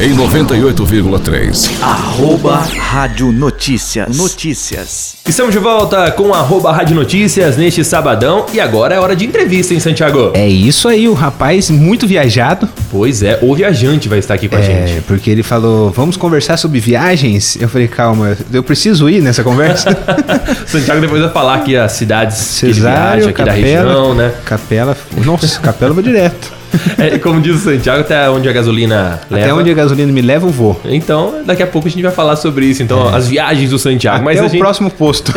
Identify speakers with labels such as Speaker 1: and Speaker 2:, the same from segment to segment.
Speaker 1: em 98,3.
Speaker 2: Arroba Rádio Notícias. Notícias.
Speaker 3: Estamos de volta com o arroba Rádio Notícias neste sabadão e agora é hora de entrevista, hein, Santiago?
Speaker 4: É isso aí, o rapaz muito viajado.
Speaker 3: Pois é, o viajante vai estar aqui com a
Speaker 4: É,
Speaker 3: gente.
Speaker 4: porque ele falou, vamos conversar sobre viagens. Eu falei, calma, eu preciso ir nessa conversa.
Speaker 3: Santiago depois vai falar aqui as cidades
Speaker 4: Cesário,
Speaker 3: que ele viaja aqui
Speaker 4: Capela,
Speaker 3: da região, né?
Speaker 4: Capela, nossa, Capela eu vou direto.
Speaker 3: É, e como diz o Santiago, até onde a gasolina leva.
Speaker 4: Até onde a gasolina me leva, eu vou.
Speaker 3: Então, daqui a pouco a gente vai falar sobre isso. Então, as viagens do Santiago.
Speaker 4: É.
Speaker 3: Ah,
Speaker 4: Até
Speaker 3: mas a
Speaker 4: o
Speaker 3: gente
Speaker 4: próximo posto.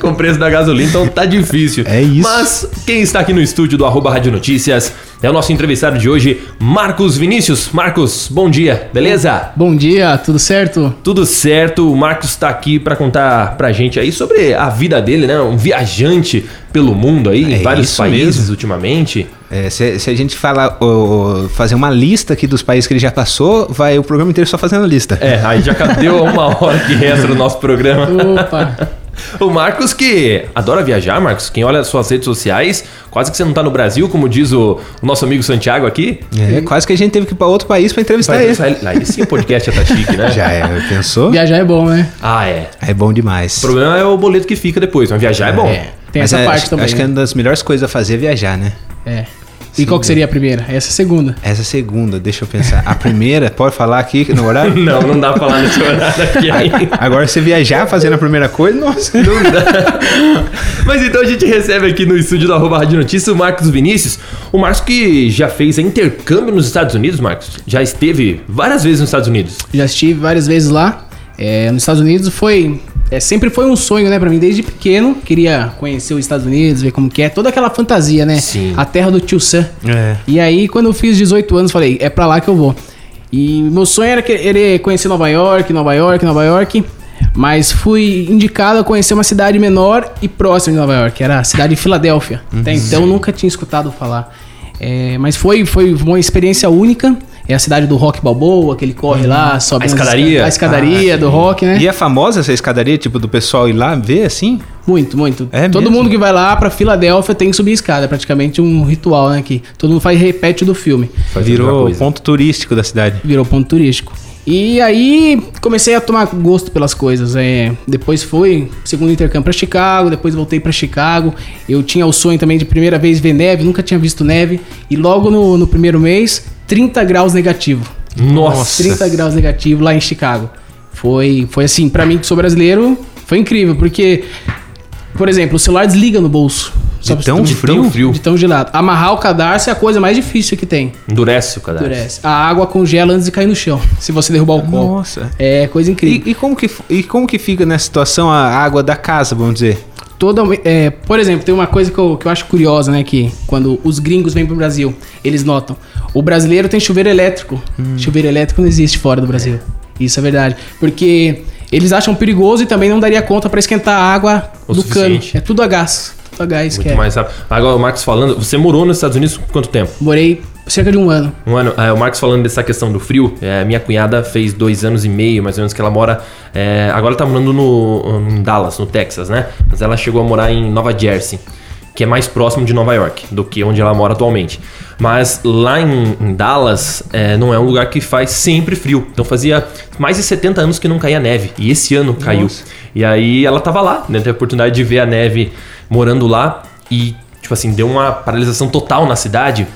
Speaker 3: com o preço da gasolina, então tá difícil.
Speaker 4: É isso.
Speaker 3: Mas quem está aqui no estúdio do Arroba Rádio Notícias é o nosso entrevistado de hoje, Marcos Vinícius. Marcos, bom dia, beleza?
Speaker 5: Bom dia, tudo certo?
Speaker 3: Tudo certo, o Marcos tá aqui pra contar pra gente aí sobre a vida dele, né? Um viajante pelo mundo aí, em
Speaker 4: É
Speaker 3: vários
Speaker 4: isso
Speaker 3: países ultimamente.
Speaker 4: É, se, se a gente falar, ô, fazer uma lista aqui dos países que ele já passou, vai o programa inteiro só fazendo lista.
Speaker 3: É, aí já deu uma hora que resta do nosso programa.
Speaker 5: Opa!
Speaker 3: O Marcos que adora viajar, Marcos. Quem olha suas redes sociais, quase que você não tá no Brasil, como diz o, o nosso amigo Santiago aqui.
Speaker 4: É, quase que a gente teve que ir pra outro país pra entrevistar
Speaker 3: Vai
Speaker 4: ele.
Speaker 3: pensar, ele- um aí sim o podcast já tá chique, né?
Speaker 4: É Já é, pensou?
Speaker 5: Viajar é bom, né?
Speaker 3: Ah, é.
Speaker 4: É bom demais.
Speaker 3: O problema é o boleto que fica depois, mas viajar é bom.
Speaker 5: É, tem
Speaker 4: Mas
Speaker 5: essa
Speaker 4: é,
Speaker 5: parte
Speaker 4: acho,
Speaker 5: também.
Speaker 3: né?
Speaker 4: Acho que é uma das melhores coisas a fazer é viajar, né?
Speaker 5: né? É. E qual que seria a primeira? Essa é a segunda.
Speaker 4: Essa segunda, deixa eu pensar. A primeira, pode falar aqui no horário?
Speaker 3: Não, não dá pra falar nesse horário aqui ainda.
Speaker 4: Agora você viajar fazendo a primeira coisa, nossa.
Speaker 3: Não dá. Mas então a gente recebe aqui no estúdio da Arroba Rádio Notícias o Marcos Vinícius. O Marcos que já fez intercâmbio nos Estados Unidos, Marcos. Já esteve várias vezes nos Estados Unidos.
Speaker 5: Já estive várias vezes lá. é, nos Estados Unidos foi. é, sempre foi um sonho, né, pra mim, desde pequeno. Queria conhecer os Estados Unidos, ver como que é. Toda aquela fantasia, né?
Speaker 3: Sim.
Speaker 5: A terra do tio Sam.
Speaker 4: É.
Speaker 5: E aí, quando eu fiz 18 anos, falei, é pra lá que eu vou. E meu sonho era querer conhecer Nova York, Nova York, Nova York. Mas fui indicado a conhecer uma cidade menor e próxima de Nova York, que era a cidade de Filadélfia.
Speaker 4: Uhum.
Speaker 5: Até então nunca tinha escutado falar. É, mas foi, foi uma experiência única. É a cidade do rock balboa, que ele corre
Speaker 4: Uhum.
Speaker 5: lá, sobe
Speaker 3: A
Speaker 5: nas
Speaker 3: escadaria?
Speaker 5: esca- A escadaria do rock, né?
Speaker 4: E é famosa essa escadaria, tipo, do pessoal ir lá ver assim?
Speaker 5: Muito, muito.
Speaker 4: É
Speaker 5: Todo
Speaker 4: mesmo?
Speaker 5: mundo que vai lá pra Filadélfia tem que subir a escada. É praticamente um ritual, né? Que todo mundo faz repete do filme.
Speaker 3: Faz outra
Speaker 4: Virou
Speaker 3: coisa.
Speaker 4: ponto turístico da cidade.
Speaker 5: virou ponto turístico. E aí comecei a tomar gosto pelas coisas. É, depois fui segundo intercâmbio para Chicago, depois voltei para Chicago. Eu tinha o sonho também de primeira vez ver neve, nunca tinha visto neve. E logo no, no primeiro mês, 30 graus negativo.
Speaker 3: Nossa.
Speaker 5: 30 graus negativo lá em Chicago. Foi, foi assim, pra mim que sou brasileiro, foi incrível, porque, por exemplo, o celular desliga no bolso. Só
Speaker 4: De
Speaker 5: pra-
Speaker 4: tão
Speaker 3: de um tão
Speaker 4: frio?
Speaker 3: frio.
Speaker 5: de tão gelado. Amarrar o cadarço é a coisa mais difícil que tem.
Speaker 3: Endurece o cadastro.
Speaker 5: Endurece. A água congela antes de cair no chão, se você derrubar o copo.
Speaker 4: Nossa.
Speaker 5: É coisa incrível.
Speaker 4: E, e como que, e como que fica nessa situação a água da casa, vamos dizer?
Speaker 5: Toda, é, por exemplo, tem uma coisa que eu, que eu acho curiosa, né? Que quando os gringos vêm pro Brasil, eles notam. O brasileiro tem chuveiro elétrico.
Speaker 3: Hum.
Speaker 5: Chuveiro elétrico não existe fora do Brasil. Isso é verdade. Porque eles acham perigoso e também não daria conta pra esquentar a água
Speaker 3: O
Speaker 5: do
Speaker 3: suficiente.
Speaker 5: cano. É tudo a gás. Tudo a gás que
Speaker 3: Muito
Speaker 5: é.
Speaker 3: mais rápido. Agora, o Marcos falando, você morou nos Estados Unidos quanto tempo?
Speaker 5: Morei cerca de um ano.
Speaker 3: Um ano, é, o Marcos falando dessa questão do frio, é, minha cunhada fez dois anos e meio, mais ou menos, que ela mora. é, agora tá morando no, em Dallas, no Texas, né? Mas ela chegou a morar em Nova Jersey, que é mais próximo de Nova York do que onde ela mora atualmente. Mas lá em, em Dallas é, não é um lugar que faz sempre frio. Então fazia mais de 70 anos que não caía neve. E esse ano caiu. E aí ela tava lá, né? Teve a oportunidade de ver a neve morando lá e, tipo assim, deu uma paralisação total na cidade.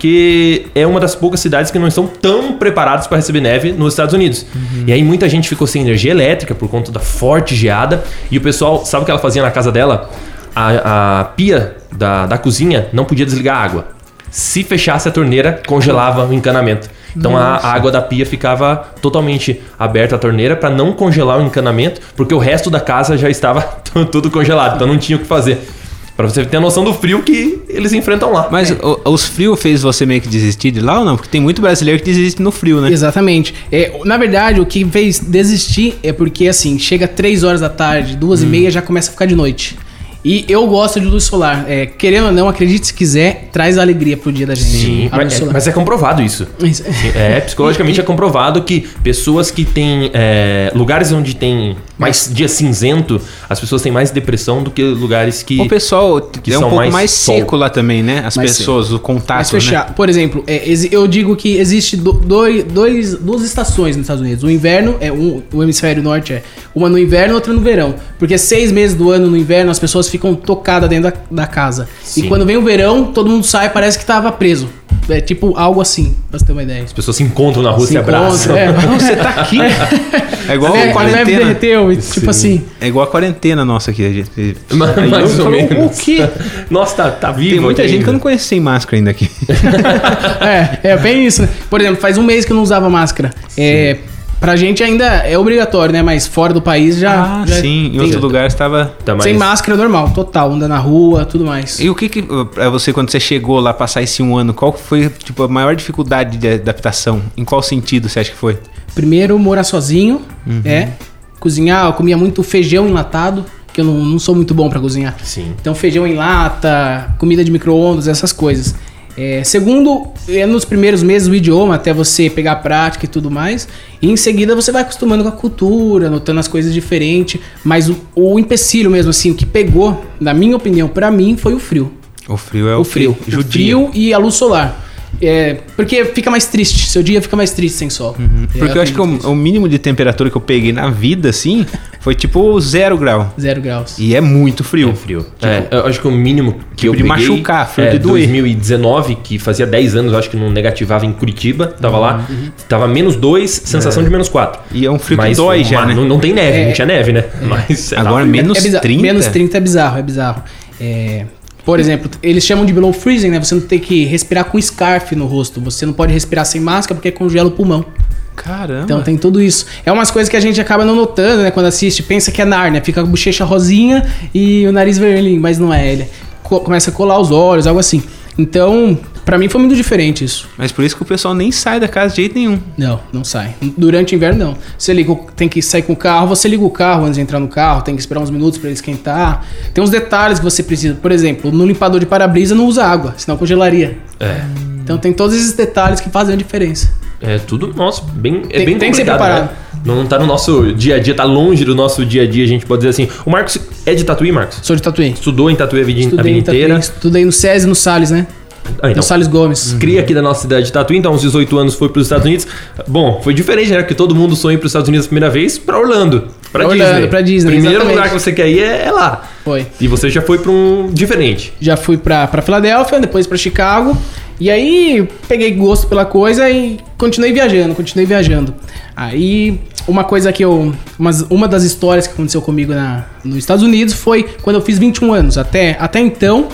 Speaker 3: Porque é uma das poucas cidades que não estão tão preparadas para receber neve nos Estados Unidos. E aí muita gente ficou sem energia elétrica por conta da forte geada. E o pessoal, sabe o que ela fazia na casa dela? A, a pia da, da cozinha não podia desligar a água. Se fechasse a torneira, congelava o encanamento. Então a, a água da pia ficava totalmente aberta a torneira para não congelar o encanamento, porque o resto da casa já estava tudo congelado, então não tinha o que fazer. Para você ter a noção do frio que eles enfrentam lá.
Speaker 4: Mas o- os frios fez você meio que desistir de lá ou não? Porque tem muito brasileiro que desiste no frio, né?
Speaker 5: Exatamente. É, na verdade, o que
Speaker 3: Hum.
Speaker 5: fez desistir é porque, assim, chega 3 horas da tarde, duas e meia, já começa a ficar de noite. E eu gosto de luz solar. É, querendo ou não, acredite se quiser, traz alegria pro dia da gente.
Speaker 3: Sim,
Speaker 5: a luz
Speaker 3: mas, é-
Speaker 5: solar.
Speaker 3: mas é comprovado isso.
Speaker 5: Isso.
Speaker 3: Sim, É, psicologicamente é comprovado que pessoas que têm é, lugares onde tem mais dia cinzento, as pessoas têm mais depressão do que lugares que.
Speaker 4: O pessoal é um
Speaker 3: são
Speaker 4: pouco
Speaker 3: mais
Speaker 4: mais,
Speaker 3: sol.
Speaker 4: seco lá também, né? As
Speaker 5: Mais
Speaker 4: pessoas, o contato,
Speaker 5: Mas
Speaker 4: né?
Speaker 5: fechar. Por exemplo, é, exi- eu digo que existe do- doi- dois, duas estações nos Estados Unidos. O inverno é um, o hemisfério norte é uma no inverno, outra no verão. Porque seis meses do ano no inverno as pessoas ficam tocadas dentro da, da casa.
Speaker 3: Sim.
Speaker 5: E quando vem o verão, todo mundo sai, parece que tava preso. É tipo algo assim, pra você ter uma ideia.
Speaker 3: As pessoas se encontram na rua, se,
Speaker 5: Se
Speaker 3: abraçam.
Speaker 5: encontra, é.
Speaker 4: Não, você tá aqui. É igual
Speaker 5: a
Speaker 4: a
Speaker 5: neve- a neve
Speaker 4: quarentena.
Speaker 5: derreteu, e, tipo assim.
Speaker 4: É igual a quarentena nossa aqui. A gente,
Speaker 3: Ma-
Speaker 4: Aí
Speaker 3: mais
Speaker 4: eu
Speaker 3: ou
Speaker 4: falo,
Speaker 3: menos.
Speaker 4: O quê?
Speaker 3: Nossa, tá, tá vivo.
Speaker 4: Tem muita
Speaker 3: aqui
Speaker 4: gente que eu não
Speaker 3: ainda.
Speaker 4: conheço sem máscara ainda aqui.
Speaker 5: É, é bem isso, né? Por exemplo, faz um mês que eu não usava máscara. É, pra gente ainda é obrigatório, né? Mas fora do país já.
Speaker 4: Ah,
Speaker 5: já
Speaker 4: sim. Em
Speaker 5: tem-
Speaker 4: outro lugar estava...
Speaker 3: Tá, mas-
Speaker 5: Sem máscara é normal, total. Anda na rua, tudo mais.
Speaker 4: Então, E o que que, uh, pra você, quando você chegou lá, passar esse um ano, qual foi, tipo, a maior dificuldade de adaptação? Em qual sentido você acha que foi?
Speaker 5: Primeiro, morar sozinho,
Speaker 4: Uhum.
Speaker 5: é. Cozinhar, eu comia muito feijão enlatado, que eu não, não sou muito bom pra cozinhar.
Speaker 3: Sim.
Speaker 5: Então, feijão em lata, comida de micro-ondas, essas coisas. É, segundo, é nos primeiros meses o idioma, até você pegar a prática e tudo mais. E em seguida você vai acostumando com a cultura, notando as coisas diferentes. Mas o, o empecilho mesmo, assim, o que pegou, na minha opinião, pra mim, foi o frio.
Speaker 4: O frio é
Speaker 5: O frio. O
Speaker 4: Judio.
Speaker 5: frio e a luz solar. É, porque fica mais triste, seu dia fica mais triste sem sol. É,
Speaker 4: Uhum. Porque eu acho que o, o mínimo de temperatura que eu peguei na vida, assim, foi tipo zero grau.
Speaker 5: Zero graus.
Speaker 4: E é muito frio.
Speaker 3: É frio. É, eu acho que o mínimo que eu
Speaker 4: Tipo de
Speaker 3: peguei...
Speaker 4: machucar, frio
Speaker 3: é,
Speaker 4: de doer.
Speaker 3: 2019, que fazia 10 anos, eu acho que não negativava em Curitiba. Tava lá, tava menos 2, sensação de menos 4.
Speaker 4: Uhum. E é um frio que dói já, né?
Speaker 3: Não, não tem neve,
Speaker 5: É.
Speaker 3: não tinha neve, né? Mas...
Speaker 4: Agora menos
Speaker 5: é bizarro.
Speaker 4: 30?
Speaker 5: Menos 30 é bizarro, é bizarro. É, por exemplo, eles chamam de below freezing, né? Você não tem que respirar com scarf no rosto. Você não pode respirar sem máscara porque congela o pulmão.
Speaker 4: Caramba.
Speaker 5: Então tem tudo isso. É umas coisas que a gente acaba não notando, né? Quando assiste, pensa que é Narnia, fica com a bochecha rosinha e o nariz vermelhinho, mas não é ele. Co- começa a colar os olhos, algo assim. Então, pra mim foi muito diferente isso.
Speaker 4: Mas por isso que o pessoal nem sai da casa de jeito nenhum.
Speaker 5: Não, não sai. Durante o inverno, não. Você liga, o- tem que sair com o carro, você liga o carro antes de entrar no carro, tem que esperar uns minutos pra ele esquentar. Tem uns detalhes que você precisa. Por exemplo, no limpador de para-brisa não usa água, senão congelaria.
Speaker 3: É.
Speaker 5: Então tem todos esses detalhes que fazem a diferença.
Speaker 3: É tudo nosso, bem, é
Speaker 5: Tem-
Speaker 3: bem
Speaker 5: tem que ser
Speaker 3: complicado,
Speaker 5: preparado.
Speaker 3: né? Não, não tá no nosso dia a dia, tá longe do nosso dia a dia, a gente pode dizer assim. O Marcos é de Tatuí, Marcos?
Speaker 5: Sou de Tatuí.
Speaker 3: Estudou em Tatuí a vida, a
Speaker 5: Estudei
Speaker 3: vida
Speaker 5: em Tatuí,
Speaker 3: inteira.
Speaker 5: estudei no SESI, no Salles, né?
Speaker 3: Ah, então,
Speaker 5: No Salles Gomes.
Speaker 3: cria aqui da nossa cidade de Tatuí, então aos 18 anos foi pros Estados Unidos. Bom, foi diferente, né? Porque todo mundo sonha para os Estados Unidos a primeira vez pra Orlando, pra
Speaker 5: Pra Orlando,
Speaker 3: Disney.
Speaker 5: pra Disney,
Speaker 3: Primeiro
Speaker 5: exatamente.
Speaker 3: lugar que você quer ir é, é lá.
Speaker 5: Foi.
Speaker 3: E você já foi pra um diferente.
Speaker 5: Já fui pra, pra Filadélfia, depois pra Chicago. E aí peguei gosto pela coisa e continuei viajando, continuei viajando. Aí uma coisa que eu. umas- uma das histórias que aconteceu comigo na, nos Estados Unidos foi quando eu fiz 21 anos. Até, até então,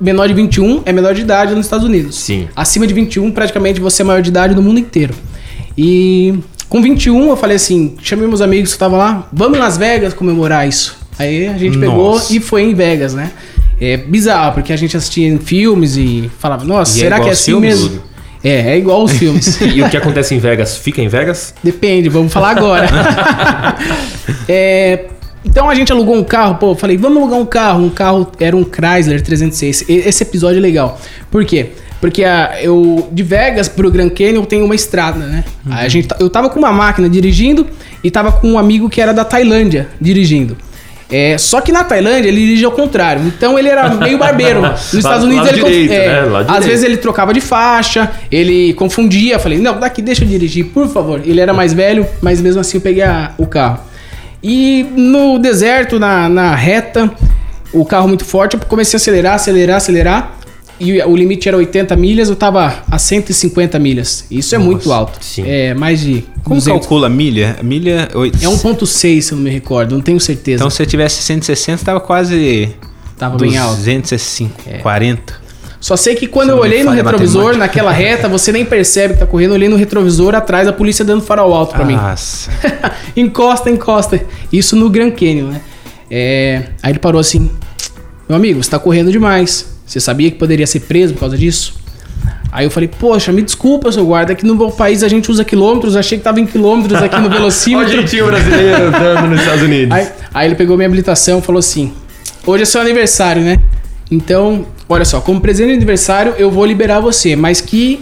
Speaker 5: menor de 21 é menor de idade nos Estados Unidos.
Speaker 3: Sim.
Speaker 5: Acima de 21, praticamente você é maior de idade no mundo inteiro. E com 21 eu falei assim: chamei meus amigos que estavam lá, vamos em Las Vegas comemorar isso. Aí a gente pegou
Speaker 4: Nossa.
Speaker 5: e foi em Vegas, né? É bizarro, porque a gente assistia em filmes e falava, nossa,
Speaker 4: E é
Speaker 5: será
Speaker 4: igual
Speaker 5: que é
Speaker 4: aos
Speaker 5: assim
Speaker 4: filmes?
Speaker 5: mesmo? É, é igual aos filmes.
Speaker 3: E o que acontece em Vegas? Fica em Vegas?
Speaker 5: Depende, vamos falar agora. É, então a gente alugou um carro, pô, eu falei, vamos alugar um carro. Um carro era um Chrysler 306. E- Esse episódio é legal. Por quê? Porque a- eu de Vegas pro Grand Canyon tem uma estrada, né?
Speaker 3: Uhum.
Speaker 5: A gente, ta- eu tava com uma máquina dirigindo e tava com um amigo que era da Tailândia dirigindo. É, só que na Tailândia ele dirige ao contrário. Então ele era meio barbeiro. Nos
Speaker 3: Lá-
Speaker 5: Estados Unidos
Speaker 3: lado
Speaker 5: ele. conf-
Speaker 3: direito,
Speaker 5: é,
Speaker 3: né? Lado
Speaker 5: às
Speaker 3: direito.
Speaker 5: vezes ele trocava de faixa, ele confundia. Eu Falei, não, daqui deixa eu dirigir, por favor. Ele era mais velho, mas mesmo assim eu peguei a- o carro. E no deserto, na, na reta, o carro muito forte, eu comecei a acelerar, acelerar, acelerar. E o limite era 80 milhas, eu tava a 150 milhas. Isso é muito alto.
Speaker 3: sim.
Speaker 5: É mais de
Speaker 4: Como
Speaker 5: 200.
Speaker 4: calcula a milha? A Milha... oito-
Speaker 5: É 1.6, se eu não me recordo, não tenho certeza.
Speaker 4: Então se eu tivesse 160, tava quase...
Speaker 5: Tava bem alto.
Speaker 4: 205, 40.
Speaker 5: Só sei que quando
Speaker 4: Se
Speaker 5: eu
Speaker 4: não me
Speaker 5: olhei no
Speaker 4: falha a
Speaker 5: retrovisor,
Speaker 4: matemática.
Speaker 5: naquela reta, você nem percebe que tá correndo, eu olhei no retrovisor atrás, a polícia dando farol alto
Speaker 3: É,
Speaker 5: pra mim.
Speaker 4: Nossa.
Speaker 5: encosta, encosta. Isso no Grand Canyon, né? É, Aí ele parou assim: Meu amigo, você tá correndo demais. Você sabia que poderia ser preso por causa disso? Aí eu falei, poxa, me desculpa, seu guarda, que no meu país a gente usa quilômetros, achei que tava em quilômetros aqui no
Speaker 3: Olha o
Speaker 5: velocímetro.
Speaker 3: jeitinho brasileiro andando nos Estados Unidos.
Speaker 5: Aí, aí ele pegou minha habilitação e falou assim: Hoje é seu aniversário, né? Então, olha só, como presente de aniversário, eu vou liberar você, mas que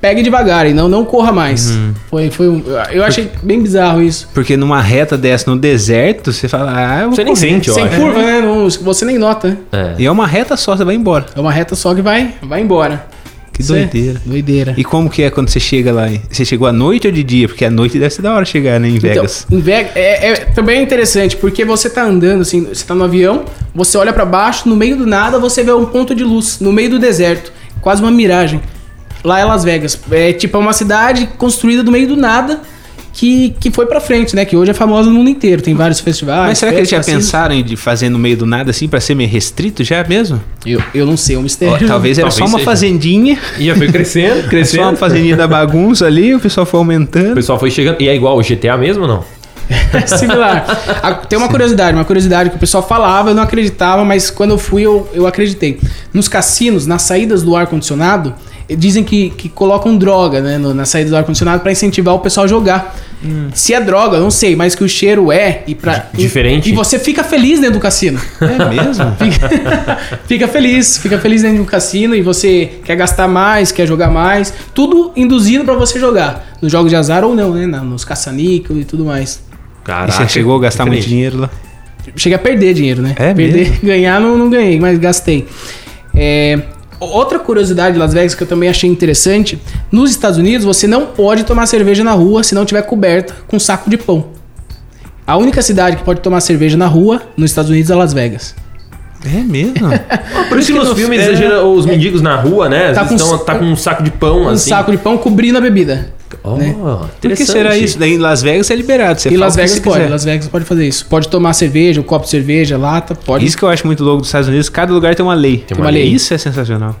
Speaker 5: pegue devagar e não, não corra mais.
Speaker 4: Uhum.
Speaker 5: Foi, foi um, eu achei bem bizarro isso.
Speaker 4: Porque numa reta dessa no deserto, você fala, ah, eu vou
Speaker 3: Você nem
Speaker 4: correr.
Speaker 3: sente, ó.
Speaker 5: Sem
Speaker 3: É.
Speaker 5: curva, né? Não- você nem nota, né?
Speaker 3: É.
Speaker 4: E é uma reta só, você vai embora.
Speaker 5: É uma reta só que vai, vai embora.
Speaker 4: Que
Speaker 5: Isso é
Speaker 4: doideira.
Speaker 5: Doideira.
Speaker 4: E como que é quando você chega lá? hein? Você chegou à noite ou de dia? Porque à noite deve ser da hora chegar, né, em Vegas.
Speaker 5: Então, em Vegas é, é também interessante, porque você tá andando assim, você tá no avião, você olha pra baixo, no meio do nada você vê um ponto de luz, no meio do deserto, quase uma miragem. Lá é Las Vegas. É tipo é uma cidade construída do meio do nada que, que foi pra frente, né? Que hoje é famosa no mundo inteiro, tem vários festivais.
Speaker 4: Mas será que eles já
Speaker 5: festas, assim.
Speaker 4: pensaram em de fazer no meio do nada assim, pra ser meio restrito já mesmo?
Speaker 5: Eu, eu não sei, é um mistério.
Speaker 4: Ó, tá talvez era
Speaker 3: Talvez
Speaker 4: só uma
Speaker 3: seja.
Speaker 4: fazendinha,
Speaker 3: Ia, foi crescendo,
Speaker 4: só uma fazendinha da bagunça ali, o pessoal foi
Speaker 3: O
Speaker 4: aumentando.
Speaker 3: pessoal foi chegando. E é igual o GTA mesmo ou não?
Speaker 5: É similar. A- tem uma curiosidade, uma curiosidade que o pessoal falava, eu não acreditava, mas quando eu fui, eu, eu acreditei. Nos cassinos, nas saídas do ar-condicionado, eh, dizem que, que colocam droga, né, no- na saída do ar-condicionado pra incentivar o pessoal a jogar. Se é droga, eu não sei, mas que o cheiro é e pra,
Speaker 3: Di- diferente.
Speaker 5: E, e você fica feliz dentro do cassino.
Speaker 4: É mesmo?
Speaker 5: Fica, fica feliz, fica feliz dentro do cassino e você quer gastar mais, quer jogar mais, tudo induzido pra você jogar. Nos jogos de azar ou não, né? na- Nos caça-níquel e tudo mais.
Speaker 4: E
Speaker 3: Caraca.
Speaker 4: você chegou a gastar muito
Speaker 3: diferente.
Speaker 4: dinheiro lá?
Speaker 5: Cheguei a perder dinheiro, né?
Speaker 4: É
Speaker 5: perder,
Speaker 4: mesmo?
Speaker 5: ganhar não, não ganhei, mas gastei. É, o- outra curiosidade de Las Vegas que eu também achei interessante: nos Estados Unidos você não pode tomar cerveja na rua se não tiver coberta com saco de pão. A única cidade que pode tomar cerveja na rua nos Estados Unidos é Las Vegas.
Speaker 4: É mesmo? É, né?
Speaker 3: Por isso que nos filmes exagera os mendigos na rua, né?
Speaker 5: Tá
Speaker 3: Tá,
Speaker 5: com
Speaker 3: estão,
Speaker 5: sa-
Speaker 3: tá com um saco de pão,
Speaker 5: Um
Speaker 3: assim.
Speaker 5: saco de pão cobrindo a bebida.
Speaker 3: Oh,
Speaker 5: né?
Speaker 3: interessante.
Speaker 4: Por que será isso? Daí em Las Vegas é liberado. Você
Speaker 5: e
Speaker 4: fala
Speaker 5: Las
Speaker 4: o que
Speaker 5: Vegas
Speaker 4: você
Speaker 5: pode,
Speaker 4: quiser.
Speaker 5: Las Vegas pode fazer isso. Pode tomar cerveja, um copo de cerveja, lata, pode.
Speaker 4: Isso que eu acho muito louco dos Estados Unidos, cada lugar tem uma lei. Tem
Speaker 3: uma lei.
Speaker 4: Isso é sensacional.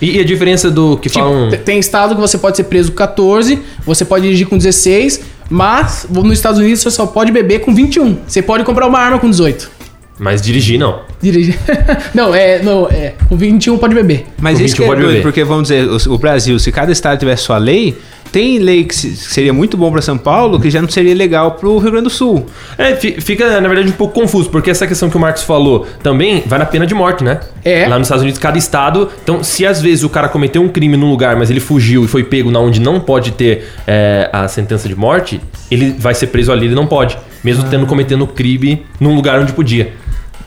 Speaker 3: E, e a diferença do que
Speaker 5: Tipo,
Speaker 3: falam...
Speaker 5: te- tem estado que você pode ser preso com 14, você pode dirigir com 16, mas nos Estados Unidos você só pode beber com 21. Você pode comprar uma arma com 18.
Speaker 3: Mas dirigir, não.
Speaker 5: Dirigir. não, é. Não, é. Com 21 pode beber.
Speaker 4: Mas
Speaker 3: O
Speaker 4: isso que é
Speaker 3: 21 pode
Speaker 4: doido,
Speaker 3: beber.
Speaker 4: porque vamos dizer, o, o Brasil, se cada estado tivesse sua lei, tem lei que, se- que seria muito bom pra São Paulo, que já não seria legal pro Rio Grande do Sul.
Speaker 3: É, fi- fica, na verdade, um pouco confuso, porque essa questão que o Marcos falou também vai na pena de morte, né?
Speaker 5: É.
Speaker 3: Lá nos Estados Unidos, cada estado. Então, se às vezes o cara cometeu um crime num lugar, mas ele fugiu e foi pego na onde não pode ter é, a sentença de morte, ele vai ser preso ali, ele não pode. Mesmo
Speaker 5: Ah.
Speaker 3: tendo cometendo crime num lugar onde podia.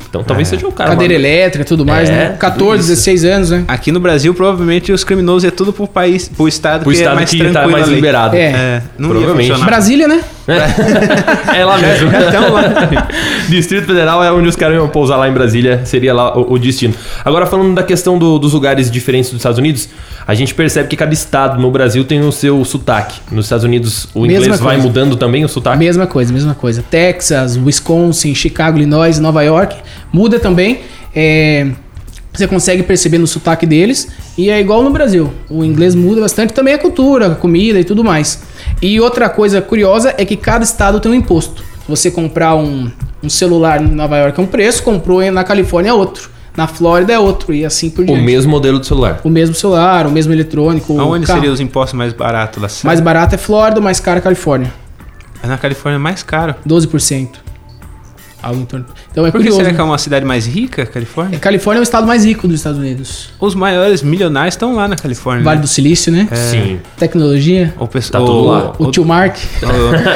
Speaker 3: Então talvez seja o cara.
Speaker 5: É. Cadeira
Speaker 3: mano.
Speaker 5: elétrica e tudo mais,
Speaker 3: É,
Speaker 5: né?
Speaker 3: tudo
Speaker 5: 14,
Speaker 3: isso.
Speaker 5: 16 anos, né?
Speaker 4: Aqui no Brasil, provavelmente os criminosos é tudo pro país, pro
Speaker 3: O
Speaker 4: estado que é
Speaker 3: estado
Speaker 4: mais
Speaker 3: que
Speaker 4: tranquilo.
Speaker 3: tá mais
Speaker 4: a lei.
Speaker 3: liberado.
Speaker 5: É.
Speaker 4: É, não
Speaker 3: Provavelmente.
Speaker 4: ia funcionar.
Speaker 5: Brasília, né?
Speaker 3: É lá mesmo.
Speaker 4: Então, lá-
Speaker 3: Distrito Federal é onde os caras iam pousar lá em Brasília, seria lá o, o destino. Agora, falando da questão do- dos lugares diferentes dos Estados Unidos, a gente percebe que cada estado no Brasil tem o seu sotaque. Nos Estados Unidos, o
Speaker 5: Mesma
Speaker 3: inglês vai
Speaker 5: coisa.
Speaker 3: mudando também o sotaque.
Speaker 5: Mesma coisa, mesma coisa. Texas, Wisconsin, Chicago, Illinois, Nova York. Muda também. é, você consegue perceber no sotaque deles. E é igual no Brasil. O inglês muda bastante. Também a cultura, a comida e tudo mais. E outra coisa curiosa é que cada estado tem um imposto. Você comprar um, um celular em Nova York é um preço, comprou em- na Califórnia é outro. Na Flórida é outro. E assim por
Speaker 3: o
Speaker 5: diante.
Speaker 3: mesmo modelo do celular.
Speaker 5: O mesmo celular, o mesmo eletrônico. o
Speaker 4: Aonde
Speaker 5: carro.
Speaker 4: seria os impostos mais baratos lá? sabe?
Speaker 5: Mais barato é Flórida, mais caro é Califórnia.
Speaker 4: Mas na Califórnia é mais caro.
Speaker 5: 12%. Algo em torno. Então é
Speaker 4: Por que
Speaker 5: curioso.
Speaker 4: será que é
Speaker 5: né?
Speaker 4: uma cidade mais rica, a Califórnia?
Speaker 5: Califórnia é o estado mais rico dos Estados Unidos.
Speaker 4: Os maiores milionários estão lá na Califórnia.
Speaker 3: Uhum.
Speaker 5: Vale
Speaker 4: né?
Speaker 5: do Silício, né?
Speaker 3: Sim.
Speaker 5: Tecnologia.
Speaker 4: O pessoal,
Speaker 3: Tá tudo lá.
Speaker 5: O tio Mark.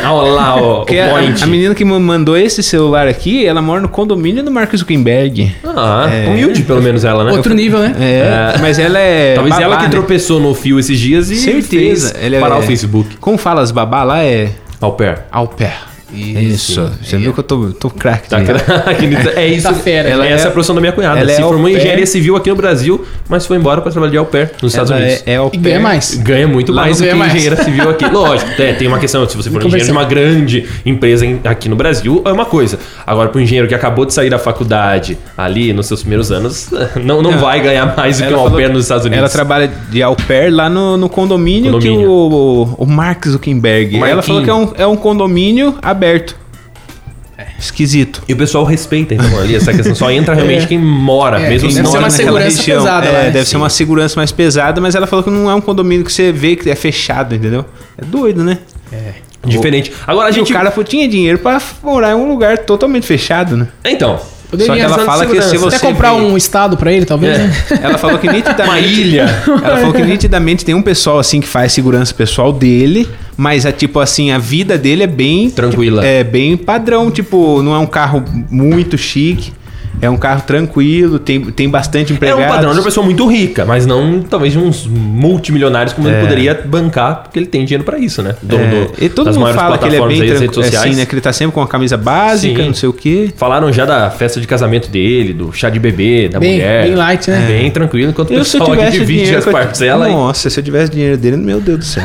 Speaker 3: Ah, Olha lá, ó, o
Speaker 4: Porque a,
Speaker 3: point.
Speaker 4: a menina que me mandou esse celular aqui, ela mora no condomínio do Mark Zuckerberg.
Speaker 3: Ah, humilde pelo menos ela, né?
Speaker 5: Outro nível, né?
Speaker 4: É, mas ela é.
Speaker 3: Talvez
Speaker 4: babá,
Speaker 3: ela que
Speaker 4: né?
Speaker 3: tropeçou no fio esses dias e
Speaker 4: Certeza. é-
Speaker 3: fez parar o Facebook.
Speaker 4: Como fala as babá lá é.
Speaker 3: Au pair.
Speaker 4: Au pair. Isso. Você viu que eu tô, tô craque.
Speaker 3: Tá,
Speaker 4: né?
Speaker 3: que nem- é isso.
Speaker 5: Tá fera.
Speaker 3: Ela é
Speaker 4: Ela
Speaker 3: essa
Speaker 4: é-
Speaker 3: a profissão da minha cunhada.
Speaker 4: ela
Speaker 3: Se
Speaker 4: é au
Speaker 3: formou em
Speaker 4: pair.
Speaker 3: engenharia civil aqui no Brasil, mas foi embora pra trabalhar de au pair nos Estados
Speaker 4: Ela
Speaker 3: Unidos.
Speaker 4: é, é au
Speaker 5: E ganha
Speaker 4: pair.
Speaker 5: mais.
Speaker 3: Ganha muito
Speaker 5: Lá
Speaker 3: mais do
Speaker 5: ganha
Speaker 3: que
Speaker 5: mais.
Speaker 3: engenheira civil aqui. Lógico, é, tem uma questão. Se você for engenheiro de uma grande empresa em- aqui no Brasil, é uma coisa. Agora, pro engenheiro que acabou de sair da faculdade ali nos seus primeiros anos, não, não vai ganhar mais do que
Speaker 4: É. Ela
Speaker 3: um au
Speaker 4: falou
Speaker 3: pair
Speaker 4: que
Speaker 3: nos Estados Unidos.
Speaker 4: Ela trabalha de au pair lá no, no condomínio, que
Speaker 3: Condomínio.
Speaker 4: o, o Mark Zuckerberg.
Speaker 3: O
Speaker 4: ela falou
Speaker 3: Marquinho.
Speaker 4: que é um, é um condomínio aberto.
Speaker 5: É.
Speaker 4: Esquisito.
Speaker 3: E o pessoal respeita, então, ali essa questão. Só entra realmente quem mora,
Speaker 5: É,
Speaker 3: mesmo
Speaker 5: quem
Speaker 3: se
Speaker 5: deve ser
Speaker 3: mora
Speaker 5: uma
Speaker 3: naquela
Speaker 5: segurança
Speaker 3: região.
Speaker 5: pesada,
Speaker 4: É,
Speaker 5: né?
Speaker 4: deve
Speaker 5: Sim.
Speaker 4: ser uma segurança mais pesada, mas ela falou que não é um condomínio que você vê que é fechado, entendeu? É doido, né?
Speaker 3: Diferente. Agora a
Speaker 4: A
Speaker 3: gente.
Speaker 4: O cara pô, tinha dinheiro pra morar em um lugar totalmente fechado, né?
Speaker 3: Então,
Speaker 4: Só que
Speaker 5: Poderia
Speaker 4: ela
Speaker 3: só de
Speaker 4: fala que
Speaker 3: segurança.
Speaker 4: se você.
Speaker 5: até comprar
Speaker 4: vê-
Speaker 5: um estado pra ele, talvez,
Speaker 3: É.
Speaker 5: né?
Speaker 4: Ela falou que nitidamente.
Speaker 3: Uma ilha.
Speaker 4: Ela falou que nitidamente tem um pessoal assim que faz segurança pessoal dele, mas é tipo assim, a vida dele é bem.
Speaker 3: Tranquila.
Speaker 4: É bem padrão, tipo, não é um carro muito chique. É um carro tranquilo, tem, tem bastante
Speaker 3: É
Speaker 4: empregado.
Speaker 3: um padrão de uma pessoa muito rica, mas não talvez de uns multimilionários como ele poderia bancar, porque ele tem dinheiro pra isso, né? Do, do-
Speaker 4: É. e todo
Speaker 3: das
Speaker 4: mundo
Speaker 3: maiores
Speaker 4: fala que ele é
Speaker 3: plataformas
Speaker 4: bem
Speaker 3: aí, das
Speaker 4: tranquilo, assim, né? Que ele tá sempre com uma camisa básica,
Speaker 3: Sim.
Speaker 4: não sei o quê.
Speaker 3: Falaram já da festa de casamento dele, do chá de bebê, da
Speaker 5: Bem-
Speaker 3: mulher.
Speaker 5: bem light, né?
Speaker 3: Bem tranquilo, enquanto o
Speaker 4: É. Eu, se eu
Speaker 3: pessoal aqui
Speaker 4: tivesse
Speaker 3: divide
Speaker 4: dinheiro,
Speaker 3: as
Speaker 4: que eu-
Speaker 3: parcelas. e-
Speaker 4: Nossa, se eu tivesse dinheiro dele, meu Deus do céu.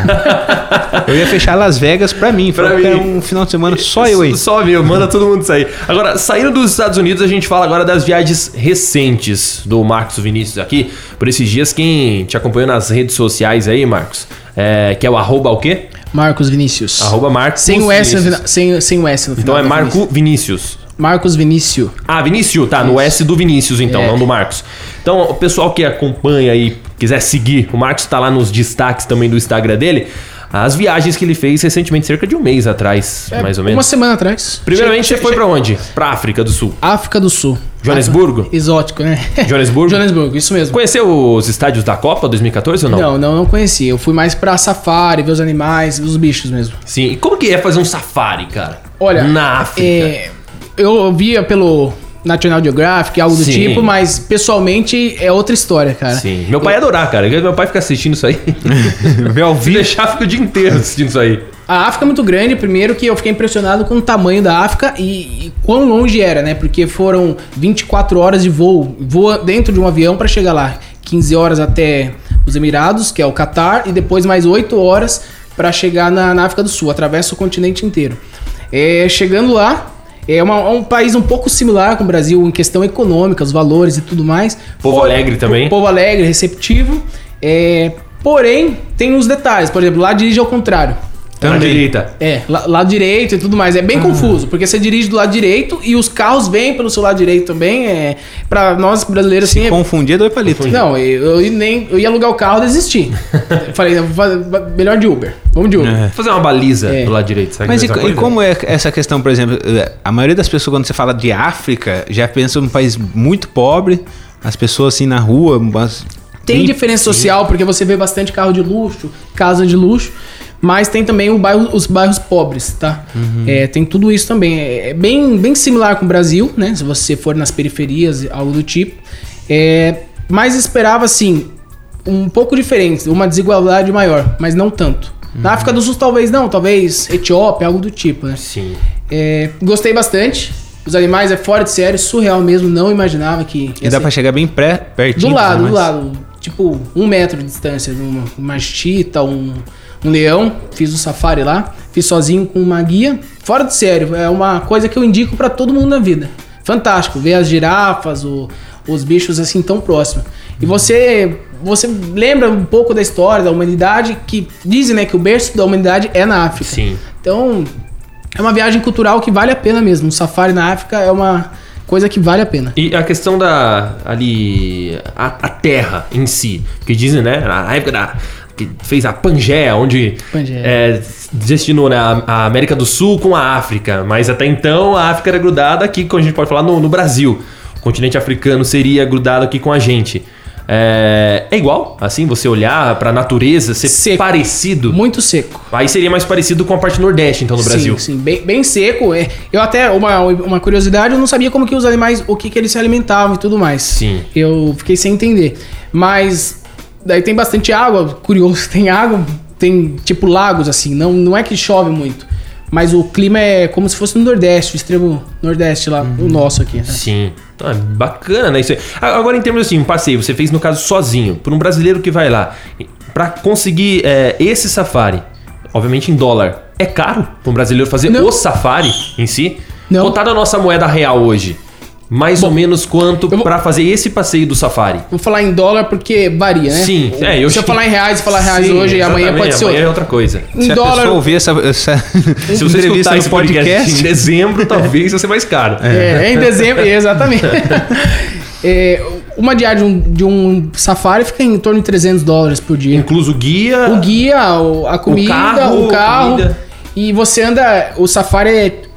Speaker 4: eu ia fechar Las Vegas pra mim.
Speaker 3: Pra
Speaker 4: Pra mim.
Speaker 3: mim.
Speaker 4: um final de semana só eu aí.
Speaker 3: Só eu, manda todo mundo sair. Agora, saindo dos Estados Unidos, a gente fala agora das viagens recentes do Marcos Vinícius aqui. Por esses dias, quem te acompanhou nas redes sociais aí, Marcos, é, que é o arroba o quê?
Speaker 5: Marcos Vinícius.
Speaker 3: Arroba Marcos
Speaker 5: Sem o S no
Speaker 3: Vinícius.
Speaker 5: final. Sem, sem o S no final.
Speaker 3: Então é
Speaker 5: da
Speaker 3: Marco
Speaker 5: Vinícius.
Speaker 3: Vinícius.
Speaker 5: Marcos Vinícius.
Speaker 3: Ah, Vinícius, tá, no S do Vinícius então,
Speaker 5: É.
Speaker 3: não do Marcos. Então, o pessoal que acompanha e quiser seguir, o Marcos tá lá nos destaques também do Instagram dele, as viagens que ele fez recentemente, cerca de um mês atrás,
Speaker 5: É,
Speaker 3: mais ou menos.
Speaker 5: Uma semana atrás.
Speaker 3: Primeiramente,
Speaker 5: Che-
Speaker 3: você foi
Speaker 5: che-
Speaker 3: pra onde? Pra África do Sul.
Speaker 5: África do Sul.
Speaker 3: Joanesburgo?
Speaker 5: Exótico, né?
Speaker 3: Joanesburgo?
Speaker 5: Joanesburgo, isso mesmo.
Speaker 3: Conheceu os estádios da Copa 2014 ou não?
Speaker 5: Não, não, não conheci. Eu fui mais pra safari, ver os animais, os bichos mesmo.
Speaker 3: Sim. E como que é fazer um safari, cara?
Speaker 5: Olha,
Speaker 3: Na África.
Speaker 5: é, eu via pelo National Geographic, algo do
Speaker 3: Sim.
Speaker 5: tipo, mas pessoalmente é outra história, cara.
Speaker 3: Sim. Meu pai ia adorar, cara. Meu pai fica assistindo isso aí.
Speaker 4: Meu ao
Speaker 3: Se deixar, fica o dia inteiro assistindo isso aí.
Speaker 5: A África é muito grande, primeiro que eu fiquei impressionado com o tamanho da África e, e quão longe era, né? Porque foram 24 horas de voo, voa dentro de um avião pra chegar lá. 15 horas até os Emirados, que é o Catar, e depois mais 8 horas pra chegar na, na África do Sul, atravessa o continente inteiro. É, chegando lá, é, uma- é um país um pouco similar com o Brasil em questão econômica, os valores e tudo mais.
Speaker 3: Povo alegre também.
Speaker 5: Um Povo alegre, receptivo. É, porém, tem uns detalhes. Por exemplo, lá dirige ao contrário.
Speaker 3: Na direita.
Speaker 5: É, la- lado direito e tudo mais. É bem confuso, porque você dirige do lado direito e os carros vêm pelo seu lado direito também. É, pra nós brasileiros, assim, é-
Speaker 4: Confundir é dois palitos.
Speaker 5: Não, eu, eu nem, eu ia alugar o carro e desisti. Eu Falei, eu vou fazer- melhor de Uber. Vamos de Uber.
Speaker 4: É.
Speaker 3: Fazer uma baliza
Speaker 5: É.
Speaker 3: do lado direito, sabe?
Speaker 4: Mas e,
Speaker 3: Mesma
Speaker 4: e
Speaker 3: coisa.
Speaker 4: como é essa questão, por exemplo, eh, a maioria das pessoas quando você fala de África já pensa num país muito pobre, as pessoas assim na rua, mas
Speaker 5: Tem
Speaker 4: Sim.
Speaker 5: diferença social, porque você vê bastante carro de luxo, casa de luxo, mas tem também o bairro- os bairros pobres, tá?
Speaker 4: Uhum.
Speaker 5: É, tem tudo isso também. É, é bem, bem similar com o Brasil, né? Se você for nas periferias, algo do tipo. É, mas esperava, assim, um pouco diferente, uma desigualdade maior, mas não tanto. Na
Speaker 4: Uhum.
Speaker 5: África do Sul, talvez não, talvez Etiópia, algo do tipo, né?
Speaker 3: Sim.
Speaker 5: É, gostei bastante. Os animais é fora de série, surreal mesmo, não imaginava que.
Speaker 4: e
Speaker 5: ia
Speaker 4: dá
Speaker 5: ser
Speaker 4: pra chegar bem pré, pertinho. né,
Speaker 5: assim do lado,
Speaker 4: mas-
Speaker 5: do lado. Tipo, um metro de distância, de uma, uma chita, um, um leão. Fiz o safari lá. Fiz sozinho com uma guia. Fora de sério, é uma coisa que eu indico pra todo mundo na vida. Fantástico, ver as girafas, o- os bichos assim tão próximos. E você você lembra um pouco da história da humanidade, que dizem né, que o berço da humanidade é na África.
Speaker 3: Sim.
Speaker 5: Então, é uma viagem cultural que vale a pena mesmo. Um safari na África é uma coisa que vale a pena.
Speaker 3: E a questão da. ali. a, a terra em si. Que dizem, né? Na época da. que fez a Pangeia, onde.
Speaker 5: Pangeia.
Speaker 3: É, destinou né, a, a América do Sul com a África. Mas até então a África era grudada aqui, como a gente pode falar, no, no Brasil. O continente africano seria grudado aqui com a gente. É, é igual, assim, você olhar pra natureza, ser
Speaker 5: Seco.
Speaker 3: parecido.
Speaker 5: Muito seco.
Speaker 3: Aí seria mais parecido com a parte nordeste, então, do Brasil.
Speaker 5: Sim, sim, bem, bem seco. É, Eu até, uma, uma curiosidade, eu não sabia como que os animais, o que que eles se alimentavam e tudo mais.
Speaker 3: Sim.
Speaker 5: Eu fiquei sem entender. Mas daí tem bastante água, curioso, tem água, tem tipo lagos assim, não, não é que chove muito. Mas o clima é como se fosse no Nordeste, o extremo Nordeste lá, o nosso aqui. né?
Speaker 3: Uhum. Sim. Então é bacana, né? Isso aí. A- Agora, em termos assim, um passeio, você fez no caso sozinho, por um brasileiro que vai lá, Pra conseguir é, esse safari, obviamente em dólar, é caro pra um brasileiro fazer
Speaker 5: Não.
Speaker 3: o safari em si?
Speaker 5: Não.
Speaker 3: Botar na nossa moeda real hoje, mais ou menos quanto
Speaker 5: eu
Speaker 3: pra
Speaker 5: vou-
Speaker 3: fazer esse passeio do safari?
Speaker 5: Vou falar em dólar porque varia, né?
Speaker 3: Sim, é, eu
Speaker 5: Se eu
Speaker 3: che-
Speaker 5: falar em reais e falar reais
Speaker 3: Sim,
Speaker 5: hoje, amanhã
Speaker 3: exatamente,
Speaker 5: pode ser
Speaker 3: amanhã é
Speaker 5: outro.
Speaker 3: outra coisa.
Speaker 5: Um
Speaker 4: Se a
Speaker 5: dólar.
Speaker 4: pessoa ouvir essa, essa
Speaker 3: Se você escutar
Speaker 4: no
Speaker 3: esse podcast, em dezembro, talvez vai ser mais caro.
Speaker 5: É, em dezembro, exatamente. É, uma diária de um, de um safari fica em torno de 300 dólares por dia.
Speaker 3: Incluso o guia.
Speaker 5: O guia, o- a comida,
Speaker 3: carro,
Speaker 5: o carro.
Speaker 3: comida.
Speaker 5: E você anda. O safari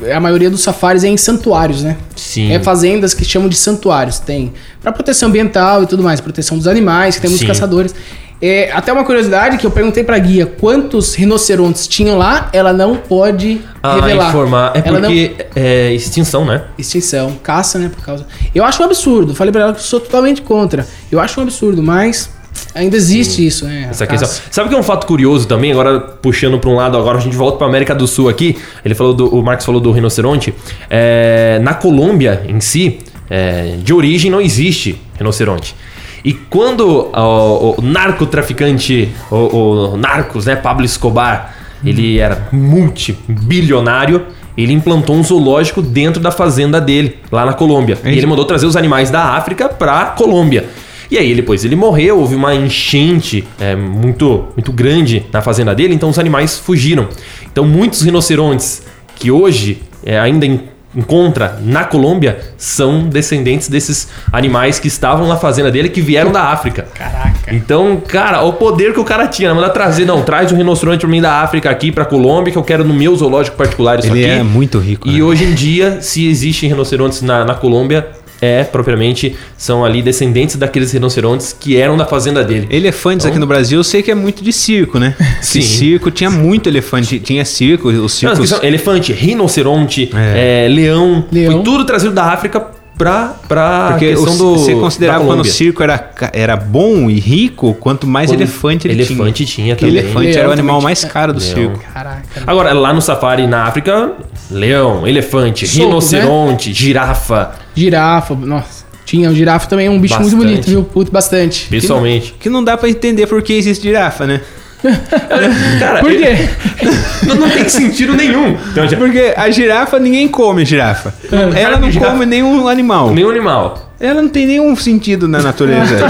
Speaker 5: é. A maioria dos safaris é em santuários, né?
Speaker 3: Sim.
Speaker 5: É fazendas que chamam de santuários, tem. Pra proteção ambiental e tudo mais, proteção dos animais, que tem muitos
Speaker 3: Sim.
Speaker 5: caçadores. É, até uma curiosidade que eu perguntei pra guia quantos rinocerontes tinham lá, ela não pode
Speaker 3: Ah,
Speaker 5: revelar.
Speaker 3: informar. É
Speaker 5: ela não...
Speaker 3: porque é extinção, né?
Speaker 5: Extinção, caça, né? Por causa. Eu acho um absurdo. Falei pra ela que eu sou totalmente contra. Eu acho um absurdo, mas ainda existe isso, né? a
Speaker 3: Essa
Speaker 5: caça.
Speaker 3: questão. Sabe que é um fato curioso também, agora puxando pra um lado, agora a gente volta pra América do Sul aqui. Ele falou do, o Marcos falou do rinoceronte. É, na Colômbia em si, é, de origem não existe rinoceronte. E quando ó, o, narcotraficante, o, o Narcos, né, Pablo Escobar, ele era multibilionário, ele implantou um zoológico dentro da fazenda dele, lá na Colômbia. E ele mandou trazer os animais da África pra Colômbia. E aí depois ele morreu, houve uma enchente é, muito, muito grande na fazenda dele, então os animais fugiram. Então muitos rinocerontes que hoje é, ainda en- encontra na Colômbia são descendentes desses animais que estavam na fazenda dele que vieram da África. Caraca. Então, cara, o poder que o cara tinha, né? manda trazer, não, traz um rinoceronte pra mim da África aqui pra Colômbia que eu quero no meu zoológico particular isso
Speaker 4: Ele
Speaker 3: aqui.
Speaker 4: é muito rico,
Speaker 3: E
Speaker 4: né?
Speaker 3: hoje em dia, se existem rinocerontes na, na Colômbia, é propriamente, são ali descendentes daqueles rinocerontes que eram da fazenda dele.
Speaker 4: Elefantes é aqui no Brasil, eu sei que é muito de circo, né?
Speaker 3: Então. Sim.
Speaker 4: Sim. circo tinha muito elefante, tinha circo, os
Speaker 3: Não, as
Speaker 4: circos.
Speaker 3: questões- elefante, rinoceronte,
Speaker 4: É.
Speaker 3: é, leão,
Speaker 5: Leão.
Speaker 3: foi tudo trazido da África pra, pra
Speaker 4: Porque o-
Speaker 3: questão do.
Speaker 4: você
Speaker 3: da
Speaker 4: considerava quando o
Speaker 3: Colômbia.
Speaker 4: circo era, ca- era bom e rico, quanto mais
Speaker 3: Quando
Speaker 4: elefante ele
Speaker 3: elefante tinha
Speaker 4: tinha.
Speaker 3: também.
Speaker 4: Elefante
Speaker 5: Leão
Speaker 4: era o
Speaker 5: também
Speaker 4: animal
Speaker 5: tinha.
Speaker 4: mais caro do
Speaker 3: Leão.
Speaker 4: circo.
Speaker 5: Caraca. né.
Speaker 3: Agora, lá no safari na África, leão, elefante,
Speaker 5: Soltos, né?
Speaker 3: rinoceronte, girafa,
Speaker 5: Girafa, nossa. Tinha, o girafa também é um bicho muito
Speaker 3: Bastante.
Speaker 5: bonito, viu? Puto, bastante.
Speaker 3: pessoalmente.
Speaker 4: Que não dá pra entender por que existe girafa, né?
Speaker 3: Cara,
Speaker 5: Por quê?
Speaker 3: não, não tem sentido nenhum. Então, já,
Speaker 4: Porque a girafa, ninguém come girafa. Ela não
Speaker 3: Girafa.
Speaker 4: come nenhum animal.
Speaker 3: nenhum animal.
Speaker 4: Ela não tem nenhum sentido na natureza.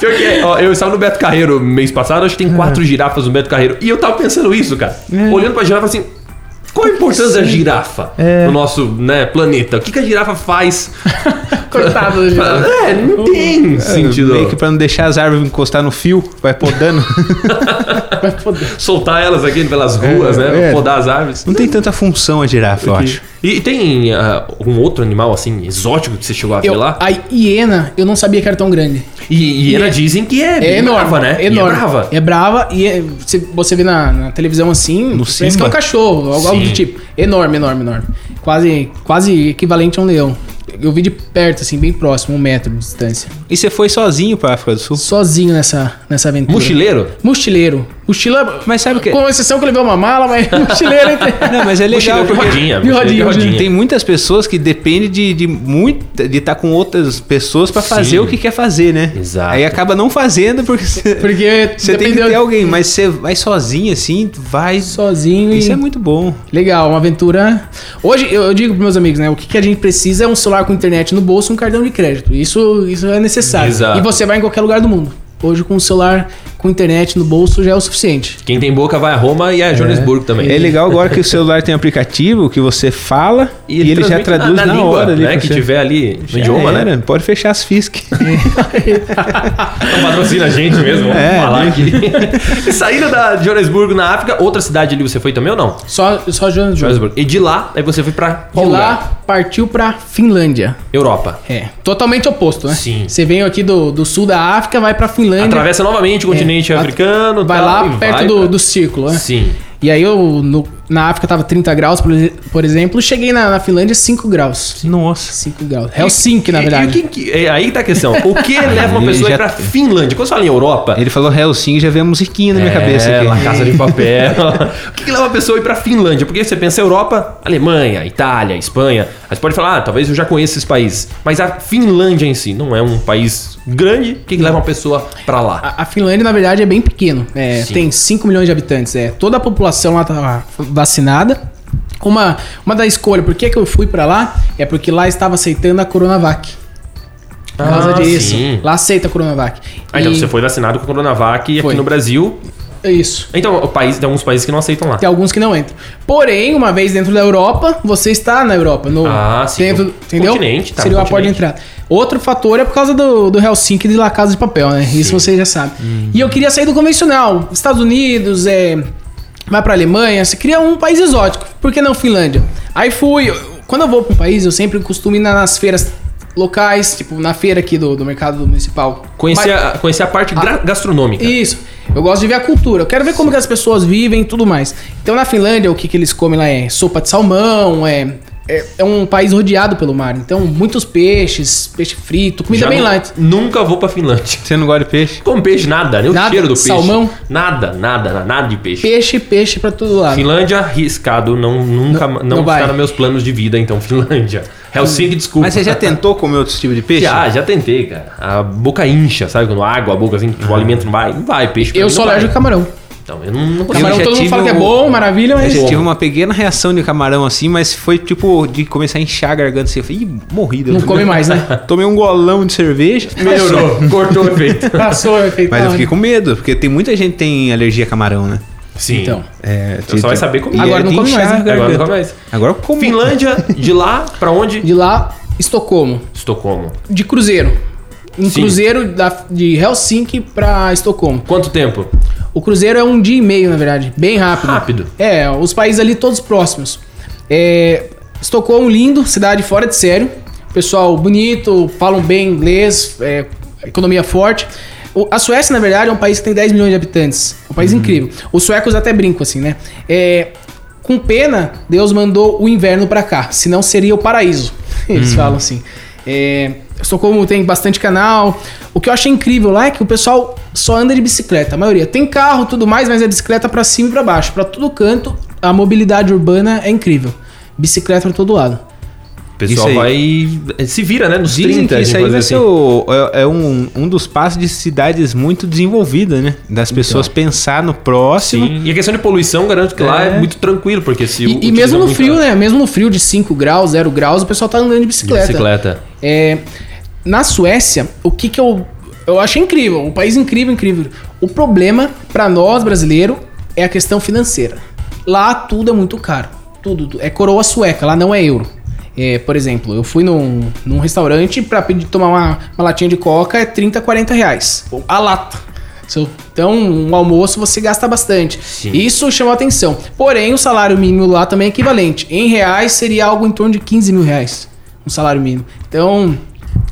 Speaker 3: Pior que é, ó, eu estava no Beto Carreiro mês passado, acho que tem
Speaker 4: Uhum.
Speaker 3: quatro girafas no Beto Carreiro. E eu tava pensando isso, cara.
Speaker 4: É.
Speaker 3: Olhando pra girafa assim. Qual a importância da girafa
Speaker 4: É.
Speaker 3: no nosso né, planeta? O que, que a girafa faz?
Speaker 5: Coitado do girafa.
Speaker 3: É, não tem sentido.
Speaker 4: Meio que pra não deixar as árvores encostar no fio, vai podando.
Speaker 5: Vai poder.
Speaker 3: Soltar elas aqui pelas ruas, né?
Speaker 4: é.
Speaker 3: Podar as árvores.
Speaker 4: não tem tanta função a girafa, eu acho.
Speaker 3: E tem ah, algum outro animal assim, exótico que você chegou a ver
Speaker 5: Eu,
Speaker 3: lá?
Speaker 5: a hiena, eu não sabia que era tão grande.
Speaker 3: E, e ela dizem que é,
Speaker 5: É
Speaker 3: bem
Speaker 5: enorme,
Speaker 3: brava, né? E
Speaker 5: Enorme.
Speaker 3: É brava.
Speaker 5: É brava e é- você, você vê na, na televisão assim, parece que é
Speaker 4: Simba?
Speaker 5: um cachorro, algo, algo do
Speaker 3: Sim.
Speaker 5: tipo. Enorme, enorme, enorme. Quase, quase equivalente a um leão. Eu vi de perto, assim, bem próximo, um metro de distância.
Speaker 4: E você foi sozinho pra África do Sul?
Speaker 5: Sozinho nessa, nessa aventura.
Speaker 3: Mochileiro?
Speaker 5: Mochileiro. Mochila.
Speaker 4: Mas sabe o que-
Speaker 5: Com exceção que eu levei uma mala, mas mochileiro.
Speaker 4: Não, mas é legal
Speaker 3: Mochileiro de
Speaker 4: porque
Speaker 3: rodinha.
Speaker 5: de
Speaker 3: mochileiro de
Speaker 5: rodinha,
Speaker 3: rodinha.
Speaker 4: tem muitas pessoas que dependem de, de muita de estar com outras pessoas pra fazer
Speaker 3: Sim.
Speaker 4: o que quer fazer, né?
Speaker 3: Exato.
Speaker 4: Aí acaba não fazendo porque você
Speaker 5: Porque
Speaker 4: você tem que
Speaker 5: dependeu-
Speaker 4: ter alguém, mas você vai sozinho assim, vai
Speaker 5: Sozinho e.
Speaker 4: Isso é muito bom.
Speaker 5: Legal, uma aventura. Hoje eu, eu digo pros meus amigos, né? O que, que a gente precisa é um celular com internet no bolso e um cartão de crédito. Isso, isso é necessário.
Speaker 3: Exato.
Speaker 5: E você vai em qualquer lugar do mundo. Hoje, com um celular com internet no bolso já é o suficiente.
Speaker 3: Quem tem boca vai a Roma e a Joanesburgo também.
Speaker 4: É legal agora que o celular tem um aplicativo que você fala e ele, já traduz na, hora ali
Speaker 3: né?
Speaker 4: pra
Speaker 3: Que
Speaker 4: você.
Speaker 3: tiver ali no
Speaker 4: Já
Speaker 5: é.
Speaker 3: idioma, né?
Speaker 4: era, Pode fechar as FISC.
Speaker 3: Então patrocina a gente mesmo, vamos
Speaker 4: É,
Speaker 3: falar
Speaker 4: né?
Speaker 3: aqui. E Saindo da de Joanesburgo na África, outra cidade ali você foi também ou não?
Speaker 5: Só, só Jonas Jones.
Speaker 3: Joanesburgo. E de lá, aí você foi pra qual
Speaker 5: De
Speaker 3: lugar?
Speaker 5: lá, partiu pra Finlândia.
Speaker 3: Europa.
Speaker 5: É, totalmente oposto, né?
Speaker 3: Sim.
Speaker 5: Você veio aqui do, do sul da África, vai pra Finlândia.
Speaker 3: Atravessa novamente o continente
Speaker 5: É.
Speaker 3: africano.
Speaker 5: Vai
Speaker 3: tal,
Speaker 5: lá
Speaker 3: e
Speaker 5: perto
Speaker 3: vai
Speaker 5: do,
Speaker 3: pra-
Speaker 5: do círculo, né?
Speaker 3: Sim.
Speaker 5: E aí eu, no- na África tava 30 graus, por, ex- por exemplo, cheguei na, na Finlândia 5 graus.
Speaker 4: Nossa.
Speaker 5: 5 graus.
Speaker 3: É
Speaker 5: Helsinki, na
Speaker 3: E-
Speaker 5: verdade.
Speaker 3: e o que- que- é aí que tá a questão. O que leva uma
Speaker 4: Ele
Speaker 3: pessoa a ir
Speaker 4: já-
Speaker 3: pra Finlândia? Quando você fala em Europa,
Speaker 4: Ele falou Helsinki, já veio a musiquinha na minha cabeça
Speaker 3: É,
Speaker 4: aqui.
Speaker 3: La Casa de Papel. o que, que leva a pessoa a ir pra Finlândia? Porque você pensa Europa, Alemanha, Itália, Espanha. Aí você pode falar, ah, talvez eu já conheça esses países. Mas a Finlândia em si não é um país grande. O que, que leva uma pessoa pra lá?
Speaker 5: A a Finlândia, na verdade, é bem pequeno. É,
Speaker 3: Sim.
Speaker 5: tem 5 milhões de habitantes. É. Toda a população lá tá vacinada. Uma, uma da escolha, por que, que eu fui pra lá? É porque lá estava aceitando a Coronavac. Por causa
Speaker 3: Ah,
Speaker 5: disso.
Speaker 3: sim.
Speaker 5: Lá aceita a Coronavac.
Speaker 3: Ah, então você foi vacinado com a Coronavac e
Speaker 5: Foi.
Speaker 3: aqui no Brasil.
Speaker 5: foi. Isso.
Speaker 3: Então, o país, tem alguns países que não aceitam lá.
Speaker 5: Tem alguns que não entram. Porém, uma vez dentro da Europa, você está na Europa. No,
Speaker 3: Ah, sim,
Speaker 5: Dentro,
Speaker 3: no
Speaker 5: entendeu?
Speaker 3: continente, tá
Speaker 5: Seria
Speaker 3: no
Speaker 5: uma porta de
Speaker 3: continente.
Speaker 5: entrada. Outro fator é por causa do, do Helsinki e de La Casa de Papel, né? Isso você já sabe.
Speaker 3: Uhum.
Speaker 5: E eu queria sair do convencional. Estados Unidos, é, vai pra Alemanha. Você cria um país exótico. Por que não Finlândia? Aí fui... eu- Quando eu vou pro país, eu sempre costumo ir na- nas feiras locais, tipo na feira aqui do, do mercado municipal.
Speaker 3: Conhecer,
Speaker 5: Mas-
Speaker 3: a, conhecer a parte gra-
Speaker 4: Tá.
Speaker 3: gastronômica.
Speaker 5: Isso. Eu gosto de ver a cultura. Eu quero ver como que as pessoas vivem e tudo mais. Então, na Finlândia, o que, que eles comem lá é sopa de salmão, é, é, é um país rodeado pelo mar. Então, muitos peixes, peixe frito, comida
Speaker 3: Já
Speaker 5: bem
Speaker 3: nu-
Speaker 5: light.
Speaker 3: Nunca vou pra Finlândia.
Speaker 4: Você não gosta de peixe?
Speaker 3: Como peixe, nada, nem
Speaker 5: Nada,
Speaker 3: o cheiro do peixe.
Speaker 5: salmão?
Speaker 3: Nada, nada, nada, nada de peixe.
Speaker 5: Peixe, peixe pra todo lado.
Speaker 3: Finlândia, arriscado, não, nunca, não,
Speaker 5: não vai.
Speaker 3: está nos meus planos de vida, então, Finlândia. Helsinki, desculpa.
Speaker 4: Mas você já tentou comer outros tipos de peixe?
Speaker 3: Já, já tentei, cara. A boca incha, sabe? Quando água, a boca assim, que o alimento não vai. Não vai, peixe. pra
Speaker 5: eu
Speaker 3: mim não
Speaker 5: sou
Speaker 3: vai.
Speaker 5: alérgico a camarão.
Speaker 3: Então, eu não, não consigo.
Speaker 5: Camarão
Speaker 4: já
Speaker 5: todo mundo
Speaker 4: tive
Speaker 5: fala que é
Speaker 4: um-
Speaker 5: bom, maravilha,
Speaker 4: Eu
Speaker 5: mas.
Speaker 4: já tive um- uma pequena reação de camarão assim, mas foi tipo de começar a inchar a garganta assim. Eu falei, ih, morri. Deus.
Speaker 5: Não come mais, né?
Speaker 4: Tomei um golão de cerveja.
Speaker 3: Melhorou, cortou o efeito.
Speaker 5: Passou, efeito.
Speaker 4: Mas eu
Speaker 5: não,
Speaker 4: fiquei
Speaker 5: né?
Speaker 4: com medo, porque tem muita gente que tem alergia a camarão, né?
Speaker 3: Sim.
Speaker 5: Então.
Speaker 4: É,
Speaker 3: Então só vai saber comer.
Speaker 4: E
Speaker 5: Agora
Speaker 4: é
Speaker 5: não
Speaker 4: de
Speaker 5: come mais,
Speaker 4: inchar
Speaker 5: né?
Speaker 4: a
Speaker 5: Agora
Speaker 3: Agora
Speaker 4: garganta.
Speaker 3: não vai mais.
Speaker 4: Agora eu como.
Speaker 3: Finlândia, de lá pra onde?
Speaker 5: De lá, Estocolmo.
Speaker 3: Estocolmo.
Speaker 5: De cruzeiro. Um
Speaker 3: Sim.
Speaker 5: cruzeiro da, de Helsinki pra Estocolmo.
Speaker 3: Quanto tempo?
Speaker 5: O cruzeiro é um dia e meio, na verdade. Bem rápido.
Speaker 3: Rápido.
Speaker 5: É, os países ali todos próximos. É, Estocolmo, lindo, cidade fora de sério. Pessoal bonito, falam bem inglês, é, economia forte. O- a Suécia, na verdade, é um país que tem 10 milhões de habitantes. Um país incrível. Os suecos até brincam, assim, né? É, com pena, Deus mandou o inverno pra cá, senão seria o paraíso. Eles falam assim. É, Estocolmo tem bastante canal. O que eu achei incrível lá é que o pessoal só anda de bicicleta, a maioria. Tem carro, tudo mais, mas é bicicleta pra cima e pra baixo, pra todo canto. A mobilidade urbana é incrível. Bicicleta pra todo lado.
Speaker 3: O pessoal
Speaker 4: Isso
Speaker 3: vai. Se vira, né? Nos
Speaker 4: Dizem
Speaker 3: 30,
Speaker 4: que isso aí vai
Speaker 3: vai
Speaker 4: ser o- é, é um, um dos passos de cidades muito desenvolvidas, né? Das pessoas pensar no próximo.
Speaker 3: Sim. E a questão de poluição, garanto que lá é
Speaker 4: É.
Speaker 3: muito tranquilo, porque se.
Speaker 5: E, e
Speaker 3: utilizam
Speaker 5: mesmo no
Speaker 3: muito
Speaker 5: frio,
Speaker 3: a-
Speaker 5: né? Mesmo no frio de 5 graus, 0 graus, o pessoal tá andando de
Speaker 3: de
Speaker 5: bicicleta.
Speaker 3: bicicleta.
Speaker 5: É, na Suécia, o que que eu eu achei incrível, um país incrível, incrível. O problema pra nós brasileiro é a questão financeira. Lá tudo é muito caro, tudo tu- é coroa sueca, lá não é euro. É, por exemplo, eu fui num, num restaurante pra pedir tomar uma, uma latinha de coca é 30, 40 reais. A lata. So- Então, um almoço você gasta bastante. Isso chamou atenção. Porém, o salário mínimo lá também é equivalente. Em reais seria algo em torno de 15 mil reais. Um salário mínimo. Então,
Speaker 3: Hum.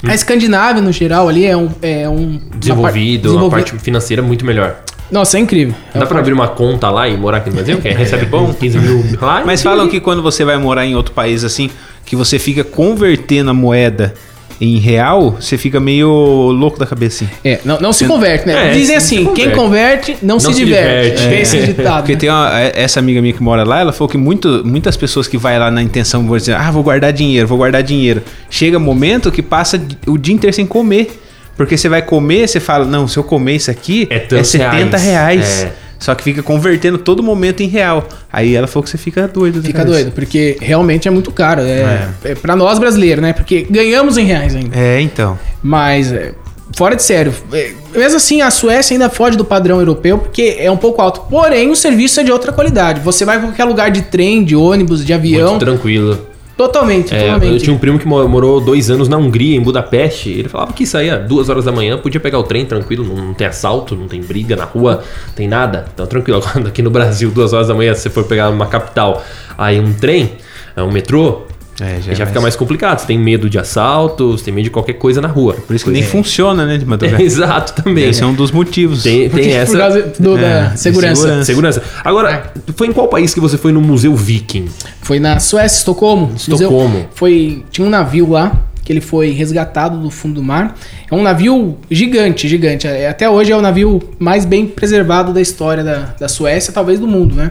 Speaker 5: a Escandinávia, no geral, ali é um. É um uma par-
Speaker 3: Desenvolvido, uma
Speaker 5: desenvolvi-
Speaker 3: parte financeira muito melhor.
Speaker 5: Nossa, é incrível. É
Speaker 3: Dá
Speaker 5: um-
Speaker 3: pra abrir uma conta lá e morar aqui no Brasil? Quem recebe bom, 15 mil lá.
Speaker 4: É, Mas falam que quando você vai morar em outro país assim, que você fica convertendo a moeda em real, você fica meio louco da cabeça. Assim.
Speaker 5: É, não, não se converte, né?
Speaker 3: É,
Speaker 5: Dizem
Speaker 3: não se
Speaker 5: assim: quem converte não, se diverte. É. Tem
Speaker 3: É.
Speaker 5: esse ditado. né?
Speaker 4: Porque tem uma- é- essa amiga minha que mora lá, ela falou que muito, muitas pessoas que vai lá na intenção vão dizer, ah, vou guardar dinheiro, vou guardar dinheiro. Chega momento que passa di- o dia inteiro sem comer. Porque você vai comer, você fala, não, se eu comer isso aqui,
Speaker 3: É
Speaker 4: é,
Speaker 3: tantos
Speaker 4: 70 reais.
Speaker 3: reais. É.
Speaker 4: Só que fica convertendo todo momento em real. Aí ela falou que você fica doido. né, da
Speaker 5: Fica
Speaker 4: cabeça.
Speaker 5: doido, porque realmente é muito caro. É, é pra nós brasileiros, né? Porque ganhamos em reais ainda.
Speaker 4: É, então.
Speaker 5: Mas, é, fora de sério. é, Mesmo assim, a Suécia ainda foge do padrão europeu porque é um pouco alto. Porém, o serviço é de outra qualidade. Você vai pra qualquer lugar de trem, de ônibus, de avião.
Speaker 3: Muito tranquilo.
Speaker 5: Totalmente,
Speaker 3: É, eu
Speaker 5: totalmente.
Speaker 3: tinha um primo que mo- morou dois anos na Hungria, em Budapeste. Ele falava que saía duas horas da manhã, podia pegar o trem tranquilo, não, não tem assalto, não tem briga na rua, não tem nada. Então tranquilo. Agora aqui no Brasil, duas horas da manhã, se você for pegar uma capital, aí um trem, é, um metrô,
Speaker 4: É,
Speaker 3: aí
Speaker 4: já,
Speaker 3: já fica mais complicado. Você tem medo de assalto, você tem medo de qualquer coisa na rua.
Speaker 4: É Por isso que nem funciona, né, de
Speaker 3: É,
Speaker 4: madrugada.
Speaker 3: exato também.
Speaker 4: Esse é um dos motivos.
Speaker 3: Tem, tem
Speaker 5: Por
Speaker 3: essa. é,
Speaker 5: causa do- da
Speaker 4: de
Speaker 5: segurança.
Speaker 4: segurança.
Speaker 5: É.
Speaker 3: Segurança. Agora, foi em qual país que você foi no Museu Viking?
Speaker 5: Foi na Suécia, Estocolmo.
Speaker 3: Estocolmo.
Speaker 5: Museu- Foi, tinha um navio lá que ele foi resgatado do fundo do mar. É um navio gigante, gigante. É, Até hoje é o navio mais bem preservado da história da, da Suécia, talvez do mundo, né?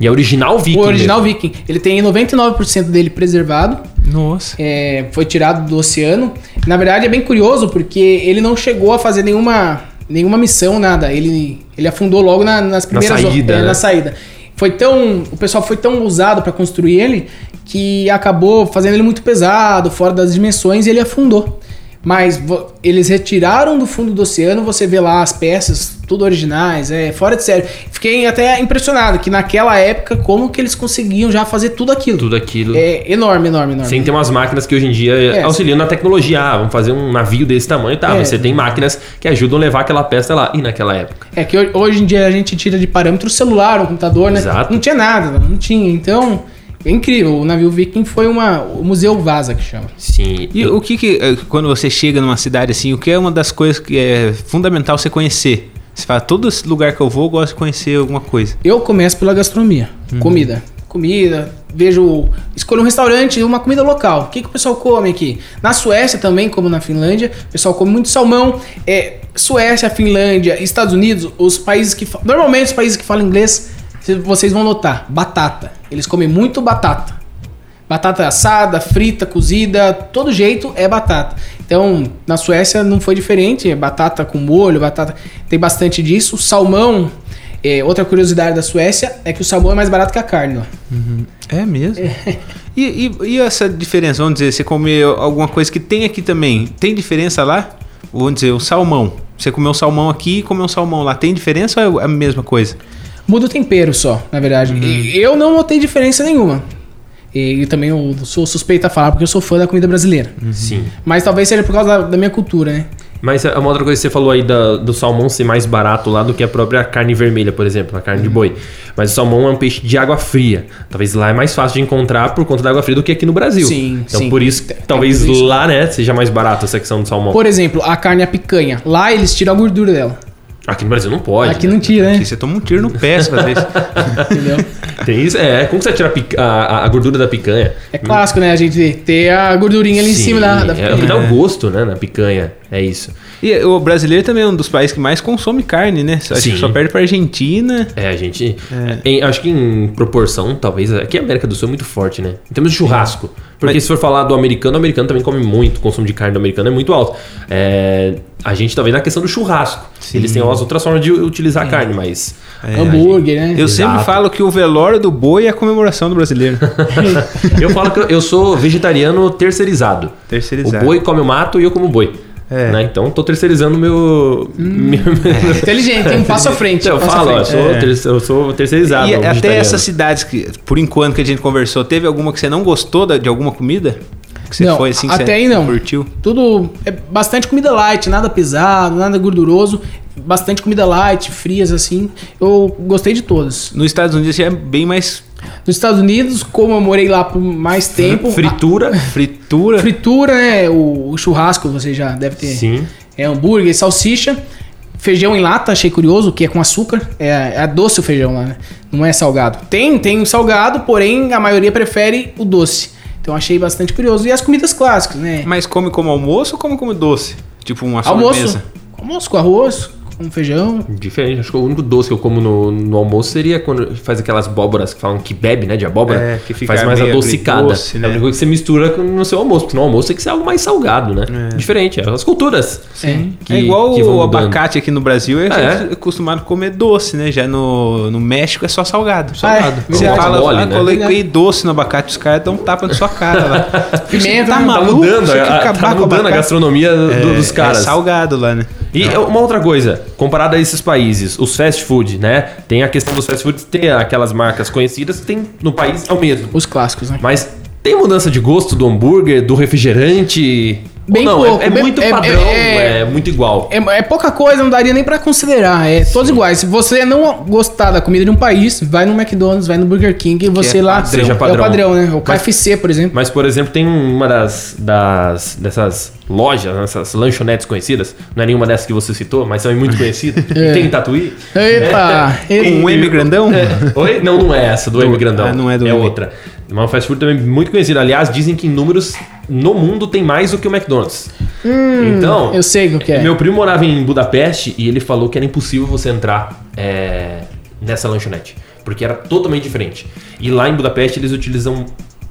Speaker 3: E é original Viking.
Speaker 5: o original
Speaker 3: mesmo.
Speaker 5: viking. Ele tem 99% dele preservado.
Speaker 4: Nossa.
Speaker 5: é, foi tirado do oceano. Na verdade, é bem curioso porque ele não chegou a fazer nenhuma, nenhuma missão, nada. Ele, ele afundou logo na- nas primeiras ho-
Speaker 3: saída,
Speaker 5: é,
Speaker 3: né?
Speaker 5: na saída. Foi tão, o pessoal foi tão usado para construir ele que acabou fazendo ele muito pesado, fora das dimensões, e ele afundou. Mas vo- eles retiraram do fundo do oceano, você vê lá as peças, tudo originais, é fora de série. Fiquei até impressionado que naquela época como que eles conseguiam já fazer tudo aquilo.
Speaker 3: Tudo aquilo.
Speaker 5: É enorme, enorme, enorme.
Speaker 3: Sem ter umas máquinas que hoje em dia
Speaker 5: É.
Speaker 3: auxiliam na tecnologia. Ah, vamos fazer um navio desse tamanho, tá?
Speaker 5: É.
Speaker 3: Mas você tem máquinas que ajudam a levar aquela peça lá. E naquela época?
Speaker 5: É que ho- hoje em dia a gente tira de parâmetro o celular, o computador, né?
Speaker 3: Exato.
Speaker 5: Não tinha nada, não tinha. Então, É incrível, o navio viking foi uma... O Museu Vaza que chama.
Speaker 3: Sim.
Speaker 4: E o que que, eh, quando você chega numa cidade assim, o que é uma das coisas que é fundamental você conhecer? Você fala, todo esse lugar que eu vou, eu gosto de conhecer alguma coisa.
Speaker 5: Eu começo pela gastronomia. Comida. Comida. Vejo. Escolho um restaurante, uma comida local. O que, que o pessoal come aqui? Na Suécia também, como na Finlândia, o pessoal come muito salmão. É, Suécia, Finlândia, Estados Unidos, os países que. fa- Normalmente os países que falam inglês, cê- vocês vão notar. Batata. Eles comem muito batata. Batata assada, frita, cozida, todo jeito é batata. Então, na Suécia não foi diferente, é batata com molho, batata. Tem bastante disso. Salmão, é, outra curiosidade da Suécia é que o salmão é mais barato que a carne lá.
Speaker 4: É mesmo? E, e- e essa diferença, vamos dizer, você comer alguma coisa que tem aqui também, tem diferença lá? Vamos dizer, o salmão. Você comeu salmão aqui e comeu salmão lá, tem diferença ou é a mesma coisa?
Speaker 5: Muda o tempero só, na verdade. E Eu não notei diferença nenhuma. E, e também eu sou suspeito a falar porque eu sou fã da comida brasileira.
Speaker 3: Sim.
Speaker 5: Mas talvez seja por causa da, da minha cultura, né?
Speaker 3: Mas é uma outra coisa que você falou aí da- do salmão ser mais barato lá do que a própria carne vermelha, por exemplo, a carne de boi. Mas o salmão é um peixe de água fria. Talvez lá é mais fácil de encontrar por conta da água fria do que aqui no Brasil.
Speaker 5: Sim,
Speaker 3: Então
Speaker 5: sim.
Speaker 3: por isso,
Speaker 5: Tem- tem
Speaker 3: talvez
Speaker 5: tudo isso.
Speaker 3: lá, né, seja mais barato a secção do salmão.
Speaker 5: Por exemplo, a carne à picanha. Lá eles tiram a gordura dela.
Speaker 3: Aqui no Brasil não pode.
Speaker 5: Aqui
Speaker 3: né?
Speaker 5: não tira,
Speaker 4: Aqui
Speaker 5: né?
Speaker 4: você toma um tiro no pé se fazer isso.
Speaker 5: Entendeu?
Speaker 3: Tem isso? É, como que você tira a, pica- a- a- a gordura da picanha?
Speaker 5: É clássico, né? A gente ter a gordurinha ali em cima da, da
Speaker 3: é, o que dá o gosto, né, na picanha. É isso.
Speaker 4: E o brasileiro também é um dos países que mais consome carne, né? Acho
Speaker 3: Sim.
Speaker 4: que só perde pra Argentina.
Speaker 3: É, a gente. em- acho que em proporção, talvez. Aqui a América do Sul é muito forte, né? Em termos de churrasco. Porque se for falar do americano, o americano também come muito. O consumo de carne do americano é muito alto. É, a gente tá vendo a questão do churrasco. Eles têm as outras formas de utilizar a carne, mas.
Speaker 5: Hambúrguer, né?
Speaker 4: Eu sempre
Speaker 3: Exato.
Speaker 4: falo que o velório do boi é a comemoração do brasileiro.
Speaker 3: eu falo que eu- eu sou vegetariano terceirizado.
Speaker 4: Terceirizado.
Speaker 3: O boi come o mato e eu como o boi.
Speaker 4: É.
Speaker 3: Né? Então tô terceirizando o meu. meu-
Speaker 4: Hum.
Speaker 3: Então,
Speaker 5: Inteligente, tem um passo à frente.
Speaker 3: eu
Speaker 5: passo à
Speaker 3: falo, ó, eu
Speaker 5: frente.
Speaker 3: sou,
Speaker 4: É.
Speaker 3: ter- eu sou terceirizado.
Speaker 4: E até
Speaker 3: vegetariano.
Speaker 4: essas cidades que, por enquanto que a gente conversou, teve alguma que você não gostou da- de alguma comida? Que você
Speaker 5: Não,
Speaker 4: foi assim que
Speaker 5: até
Speaker 4: você
Speaker 5: aí não.
Speaker 4: curtiu?
Speaker 5: Tudo é bastante comida light, nada pesado, nada gorduroso, bastante comida light, frias assim. Eu gostei de todas.
Speaker 4: Nos Estados Unidos já é bem mais
Speaker 5: Nos Estados Unidos, como eu morei lá por mais tempo,
Speaker 3: Fritura.
Speaker 5: a
Speaker 4: fritura.
Speaker 5: fritura né, o, o churrasco você já deve ter.
Speaker 3: Sim.
Speaker 5: É hambúrguer, salsicha, feijão em lata, achei curioso, que é com açúcar. É, é doce o feijão lá, né? Não é salgado. Tem, tem o salgado, porém a maioria prefere o doce. Então achei bastante curioso. E as comidas clássicas, né?
Speaker 4: Mas come como almoço ou come como doce? Tipo uma
Speaker 5: Almoço.
Speaker 4: sobremesa.
Speaker 5: Almoço com arroz, com feijão.
Speaker 3: Diferente, acho que o único doce que eu como no, no almoço seria quando faz aquelas abóboras que falam que bebe, né? De abóbora.
Speaker 4: É, que fica
Speaker 3: faz mais
Speaker 4: meio
Speaker 3: adocicada.
Speaker 4: agridoce,
Speaker 3: É
Speaker 4: né?
Speaker 3: a única coisa que você mistura com- no seu almoço, porque no almoço tem que ser algo mais salgado, né? Diferente, é as culturas.
Speaker 5: Sim.
Speaker 3: que-
Speaker 4: é igual
Speaker 3: que vão
Speaker 4: o
Speaker 3: mudando.
Speaker 4: abacate aqui no Brasil, é,
Speaker 3: É.
Speaker 4: acostumado a comer doce, né? Já no, no México é só salgado.
Speaker 5: Salgado.
Speaker 4: Você
Speaker 3: Ah, Verdade.
Speaker 4: fala,
Speaker 3: Mole,
Speaker 4: ah,
Speaker 3: né?
Speaker 4: coloquei doce no abacate, os caras dão um tapa na sua cara lá.
Speaker 5: Pimenta,
Speaker 4: tá
Speaker 3: Tá
Speaker 4: maluco,
Speaker 3: mudando,
Speaker 4: você quer
Speaker 3: a,
Speaker 4: acabar
Speaker 3: tá
Speaker 4: com o
Speaker 3: mudando a
Speaker 4: abacate?
Speaker 3: gastronomia do-
Speaker 4: É,
Speaker 3: dos caras.
Speaker 4: É salgado lá, né?
Speaker 3: E uma outra coisa, comparado a esses países, os fast food, né? Tem a questão dos fast foods, tem aquelas marcas conhecidas, tem no país é o mesmo.
Speaker 5: Os clássicos, né?
Speaker 3: Mas tem mudança de gosto do hambúrguer, do refrigerante? Ou
Speaker 5: Bem
Speaker 3: não,
Speaker 5: pouco,
Speaker 3: é, é
Speaker 5: bem-
Speaker 3: muito
Speaker 5: é-
Speaker 3: padrão,
Speaker 5: é-
Speaker 3: é, muito igual.
Speaker 5: É, é pouca coisa, não daria nem pra considerar. É todos iguais. Se você não gostar da comida de um país, vai no McDonald's, vai no Burger King e você
Speaker 4: é
Speaker 5: lá.
Speaker 4: padrão.
Speaker 3: Seja
Speaker 5: É o
Speaker 3: padrão.
Speaker 5: padrão, né? O
Speaker 3: Mas-
Speaker 5: KFC, por exemplo.
Speaker 3: Mas, por exemplo, tem uma das, das dessas lojas, essas lanchonetes conhecidas, não é nenhuma dessas que você citou, mas são muito conhecidas.
Speaker 5: É.
Speaker 3: Tem em Tatuí. né?
Speaker 5: Epa!
Speaker 4: Com um
Speaker 5: ele-
Speaker 4: M grandão?
Speaker 3: Oi? Não, não é essa, do M Grandão.
Speaker 4: ah, não é do
Speaker 3: É
Speaker 4: M.
Speaker 3: outra. Uma fast food também muito conhecida. Aliás, dizem que em números no mundo tem mais do que o McDonald's. então,
Speaker 5: Hum, eu sei o que é.
Speaker 3: Meu primo morava em Budapeste e ele falou que era impossível você entrar é, nessa lanchonete. Porque era totalmente diferente. E lá em Budapeste eles utilizam